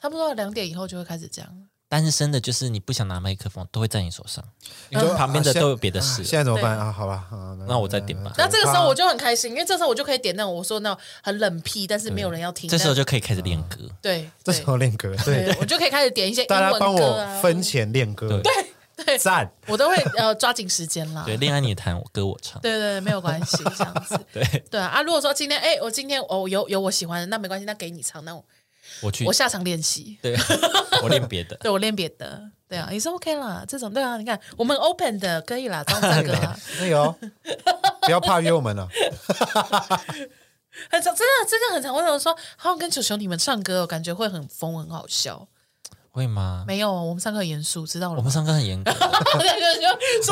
[SPEAKER 3] 差不多两点以后就会开始这样。
[SPEAKER 1] 单身的，就是你不想拿麦克风，都会 在你手上，因为旁边的都有别的事。
[SPEAKER 2] 呃啊现在怎么办啊？好吧，啊
[SPEAKER 1] 那我再点吧。
[SPEAKER 3] 那这个时候我就很开心，因为这时候我就可以点那种我说那种很冷僻，但是没有人要听。
[SPEAKER 1] 这时候
[SPEAKER 3] 但
[SPEAKER 1] 就可以开始练歌，
[SPEAKER 3] 对，
[SPEAKER 2] 这
[SPEAKER 3] 对
[SPEAKER 2] 时候练歌，对
[SPEAKER 3] 对，我就可以开始点一些英
[SPEAKER 2] 大家帮
[SPEAKER 3] 文歌
[SPEAKER 2] 我
[SPEAKER 3] 啊，
[SPEAKER 2] 分钱练歌，对
[SPEAKER 3] 对
[SPEAKER 2] 赞。
[SPEAKER 3] 我都会呃抓紧时间啦。
[SPEAKER 1] 对，恋爱你也弹，我歌我唱，
[SPEAKER 3] 对对，没有关 系，这样子。
[SPEAKER 1] 对
[SPEAKER 3] 对啊啊，如果说今天哎，我今天哦有有我喜欢的，那没关系，那给你唱，那我
[SPEAKER 1] 我去
[SPEAKER 3] 我，下场练习，
[SPEAKER 1] 对 我练别的，
[SPEAKER 3] 对我练别的，对啊，也是 OK 啦。这种对啊，你看我们 open 的可 以啦，张这个啦，
[SPEAKER 2] 那个哦，不要怕约我们了，
[SPEAKER 3] 很常真的真的很常会有人说，好想跟球球你们唱歌哦，我感觉会很疯很好笑。
[SPEAKER 1] 会吗？
[SPEAKER 3] 没有，我们上课很严肃，知道了
[SPEAKER 1] 我
[SPEAKER 3] 吗。
[SPEAKER 1] 们上课很严格，
[SPEAKER 3] 就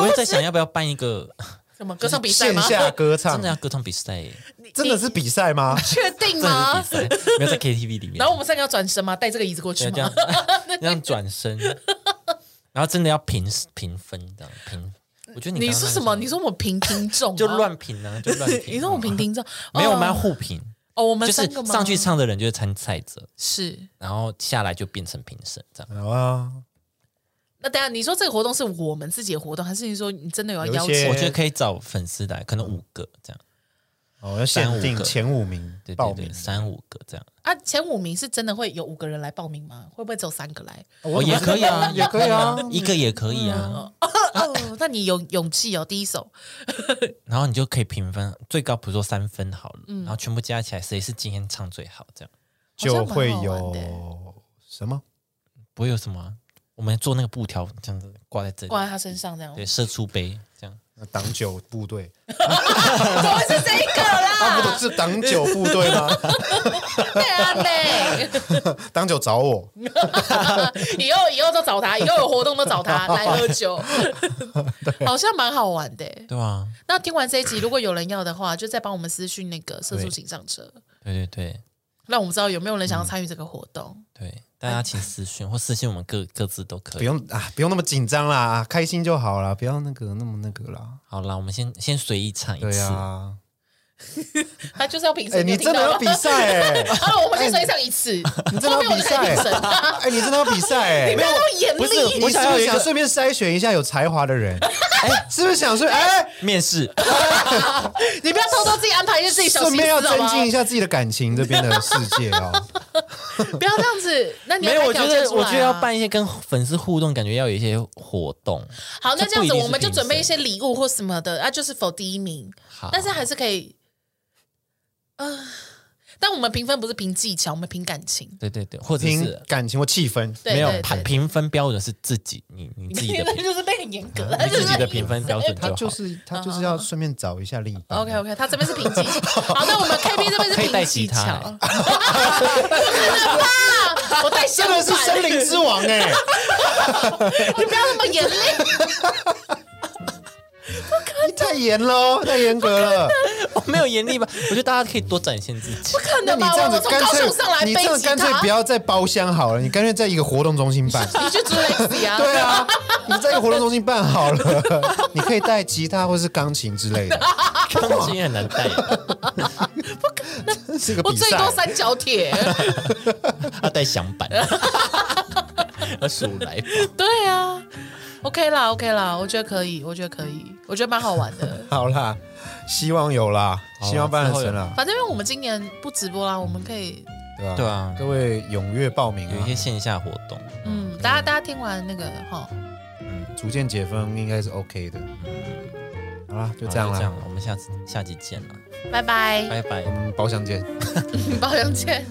[SPEAKER 1] 我
[SPEAKER 3] 说
[SPEAKER 1] 也在想要不要办一个
[SPEAKER 3] 什么歌唱比赛
[SPEAKER 2] 线
[SPEAKER 3] 吗？
[SPEAKER 2] 下歌唱
[SPEAKER 1] 真的要歌唱比赛耶，
[SPEAKER 3] 你
[SPEAKER 2] 真的是比赛吗？
[SPEAKER 3] 确定
[SPEAKER 1] 真的
[SPEAKER 3] 吗？
[SPEAKER 1] 是比赛，没有在 KTV 里面
[SPEAKER 3] 啊然，后我们三个要转身吗？带这个椅子过
[SPEAKER 1] 对
[SPEAKER 3] 去
[SPEAKER 1] 这
[SPEAKER 3] 吗
[SPEAKER 1] 样？这样转身，然后真的要评评分这样评，我觉得你
[SPEAKER 3] 你
[SPEAKER 1] 刚刚
[SPEAKER 3] 说
[SPEAKER 1] 那个
[SPEAKER 3] 什么？你说我们评听 众啊
[SPEAKER 1] 就？乱评啊， 就乱评，
[SPEAKER 3] 你说我们评听众？
[SPEAKER 1] 没有，我们要
[SPEAKER 3] 哦
[SPEAKER 1] 互评，
[SPEAKER 3] 哦，我
[SPEAKER 1] 就
[SPEAKER 3] 们
[SPEAKER 1] 是
[SPEAKER 3] 三个吗？
[SPEAKER 1] 上去唱的人就是参赛者，
[SPEAKER 3] 是。
[SPEAKER 1] 然后下来就变成评审这样。
[SPEAKER 2] 好啊，
[SPEAKER 3] 那等一下你说这个活动是我们自己的活动，还是你说你真的有要邀
[SPEAKER 2] 有一些
[SPEAKER 3] 请？
[SPEAKER 1] 我觉得可以找粉丝来，可能五个这样，
[SPEAKER 2] 哦，要限定前五名
[SPEAKER 1] 对
[SPEAKER 2] 报
[SPEAKER 1] 对对，，
[SPEAKER 2] 名
[SPEAKER 1] 三五个这样。
[SPEAKER 3] 啊，前五名是真的会有五个人来报名吗？会不会只有三个来？
[SPEAKER 1] 哦，也可以啊，
[SPEAKER 2] 也可以啊，
[SPEAKER 1] 一个也可以啊。
[SPEAKER 3] 哦，那你有勇气哦，第一首
[SPEAKER 1] 然后你就可以评分，最高比如说三分好了，
[SPEAKER 3] 嗯
[SPEAKER 1] 然后全部加起来，谁是今天唱最好，这样
[SPEAKER 2] 就会
[SPEAKER 3] 好像蛮好玩的
[SPEAKER 2] 有什么？
[SPEAKER 1] 不会有什么啊。我们做那个布条，这样子挂在这里，
[SPEAKER 3] 挂在他身上这样。
[SPEAKER 1] 对，射出杯这样，
[SPEAKER 2] 那党九部队，
[SPEAKER 3] 哦怎么会是这个
[SPEAKER 2] 啊，不
[SPEAKER 3] 啦？
[SPEAKER 2] 都是党九部队吗？
[SPEAKER 3] 对啊，嘞，
[SPEAKER 2] 党九找我，
[SPEAKER 3] 以后以后都找他，以后有活动都找他来喝酒， 好像蛮好玩的欸。
[SPEAKER 1] 对
[SPEAKER 2] 啊
[SPEAKER 1] 吧？
[SPEAKER 3] 那听完这一集，如果有人要的话，就再帮我们私讯那个色素请上车，
[SPEAKER 1] 对对对
[SPEAKER 3] 让我们知道有没有人
[SPEAKER 2] 嗯
[SPEAKER 3] 想要参与这个活动。
[SPEAKER 1] 对，大家请私讯或私信我们各各自都可
[SPEAKER 2] 不
[SPEAKER 1] 以。
[SPEAKER 2] 用啊，不用那么紧张啦，啊开心就好啦，不要那个那么那个啦。
[SPEAKER 1] 好啦，我们先先随意唱一
[SPEAKER 2] 对
[SPEAKER 1] 次，
[SPEAKER 2] 啊，
[SPEAKER 3] 他就是要评
[SPEAKER 2] 哎，
[SPEAKER 3] 审，
[SPEAKER 2] 你
[SPEAKER 3] 有
[SPEAKER 2] 真
[SPEAKER 3] 听
[SPEAKER 2] 的
[SPEAKER 3] 到
[SPEAKER 2] 要
[SPEAKER 3] 吗
[SPEAKER 2] 比赛哎，
[SPEAKER 3] 啊，我们去水上一次，
[SPEAKER 2] 你真的
[SPEAKER 3] 后
[SPEAKER 2] 要
[SPEAKER 3] 面我
[SPEAKER 2] 比
[SPEAKER 3] 就可
[SPEAKER 2] 赛
[SPEAKER 3] 以评审。
[SPEAKER 2] 哎，哎，你真的要比赛哎
[SPEAKER 3] 啊你不。要那么严
[SPEAKER 1] 不是
[SPEAKER 3] 厉，
[SPEAKER 2] 你
[SPEAKER 1] 我
[SPEAKER 2] 是
[SPEAKER 1] 想
[SPEAKER 2] 不
[SPEAKER 1] 要有
[SPEAKER 2] 是
[SPEAKER 1] 一
[SPEAKER 2] 想
[SPEAKER 1] 个
[SPEAKER 2] 顺便筛选一下有才华的 人？哎，是不是想说，哎，
[SPEAKER 1] 面试。
[SPEAKER 3] 你不要偷偷自己安排一些 自己小
[SPEAKER 2] 顺
[SPEAKER 3] 心
[SPEAKER 2] 便要
[SPEAKER 3] 思好
[SPEAKER 2] 增
[SPEAKER 3] 吗？
[SPEAKER 2] 进一下自己的感情这边的世界 哦。
[SPEAKER 3] 不要这样子。那你要
[SPEAKER 1] 没有，
[SPEAKER 3] 带
[SPEAKER 1] 我觉
[SPEAKER 3] 条件
[SPEAKER 1] 得
[SPEAKER 3] 出
[SPEAKER 1] 我
[SPEAKER 3] 来
[SPEAKER 1] 觉得要
[SPEAKER 3] 啊
[SPEAKER 1] 办一些跟粉丝互动，感觉要有一些活动。
[SPEAKER 3] 好，那
[SPEAKER 1] 这
[SPEAKER 3] 这样
[SPEAKER 1] 不一
[SPEAKER 3] 子
[SPEAKER 1] 定
[SPEAKER 3] 我
[SPEAKER 1] 是
[SPEAKER 3] 们就
[SPEAKER 1] 评
[SPEAKER 3] 准备一
[SPEAKER 1] 审
[SPEAKER 3] 些礼物或什么的啊，就是否第一名，
[SPEAKER 1] 好，
[SPEAKER 3] 但是还是可以，呃，但我们评分不是凭技巧，我们凭感情。
[SPEAKER 1] 对对对，或者
[SPEAKER 2] 听
[SPEAKER 1] 是
[SPEAKER 2] 感情或气氛，
[SPEAKER 3] 对
[SPEAKER 1] 没有
[SPEAKER 3] 对
[SPEAKER 1] 评
[SPEAKER 3] 对
[SPEAKER 1] 评分标准是自己，你你自己 的
[SPEAKER 3] 那
[SPEAKER 1] 评，
[SPEAKER 3] 就是被很严格，
[SPEAKER 1] 你自己的评分标准
[SPEAKER 2] 他
[SPEAKER 1] 就
[SPEAKER 2] 就
[SPEAKER 1] 好。
[SPEAKER 2] 是他就是要顺便找一下另一半。
[SPEAKER 3] 嗯
[SPEAKER 2] 啊
[SPEAKER 3] OK OK，他这边是凭 技巧，好，那我们 KB 这边是
[SPEAKER 1] 可以带
[SPEAKER 3] 凭
[SPEAKER 1] 吉
[SPEAKER 3] 技
[SPEAKER 1] 他
[SPEAKER 3] 巧，不 可能吧？我带相
[SPEAKER 2] 欸真的是森
[SPEAKER 3] 反，
[SPEAKER 2] 林之王哎、
[SPEAKER 3] 你不要那么严厉。
[SPEAKER 2] 你太严喽，太严格 了。
[SPEAKER 1] 我哦没有严厉吧？我觉得大家可以多展现自己。
[SPEAKER 3] 看
[SPEAKER 2] 那
[SPEAKER 3] 的
[SPEAKER 2] 你
[SPEAKER 3] 吧，
[SPEAKER 2] 这样
[SPEAKER 3] 我
[SPEAKER 2] 子
[SPEAKER 3] 从
[SPEAKER 2] 干
[SPEAKER 3] 高雄上来
[SPEAKER 2] 脆，你
[SPEAKER 3] 背
[SPEAKER 2] 这样
[SPEAKER 3] 吉
[SPEAKER 2] 干脆
[SPEAKER 3] 他
[SPEAKER 2] 不，要在包厢好了，你干脆在一个活动中心 办。
[SPEAKER 3] 你去租 Lexi 啊？
[SPEAKER 2] 对啊，你在一个活动中心办好了，你可以带吉他或是钢琴之类的，
[SPEAKER 1] 钢琴很难带
[SPEAKER 2] 这是一个
[SPEAKER 3] 我
[SPEAKER 2] 比
[SPEAKER 3] 最
[SPEAKER 2] 赛。。
[SPEAKER 3] 多三角铁。
[SPEAKER 1] 要带响 板，要数来宝。
[SPEAKER 3] 对啊，OK 啦，OK 啦，我觉得可以，我觉得可以，我觉得蛮好玩的
[SPEAKER 2] 好啦，希望有啦，
[SPEAKER 1] 好啊啦
[SPEAKER 2] 希望办得成啦，
[SPEAKER 3] 反正因为我们今年不直播啦，我们可以，
[SPEAKER 2] 对吧？
[SPEAKER 1] 对啊
[SPEAKER 2] 各位踊跃报名
[SPEAKER 1] 有
[SPEAKER 2] 啊
[SPEAKER 1] 一些，线下活动，
[SPEAKER 3] 嗯，大家大家听完那个哈，
[SPEAKER 2] 逐渐解封应该是 OK 的。好啦，就
[SPEAKER 1] 好
[SPEAKER 2] 这样
[SPEAKER 1] 哦就这
[SPEAKER 2] 啦
[SPEAKER 1] 样，，我们下次下集见了，
[SPEAKER 3] 拜拜，
[SPEAKER 2] 嗯
[SPEAKER 1] 拜拜
[SPEAKER 2] 我。们包厢见。
[SPEAKER 3] 包厢见。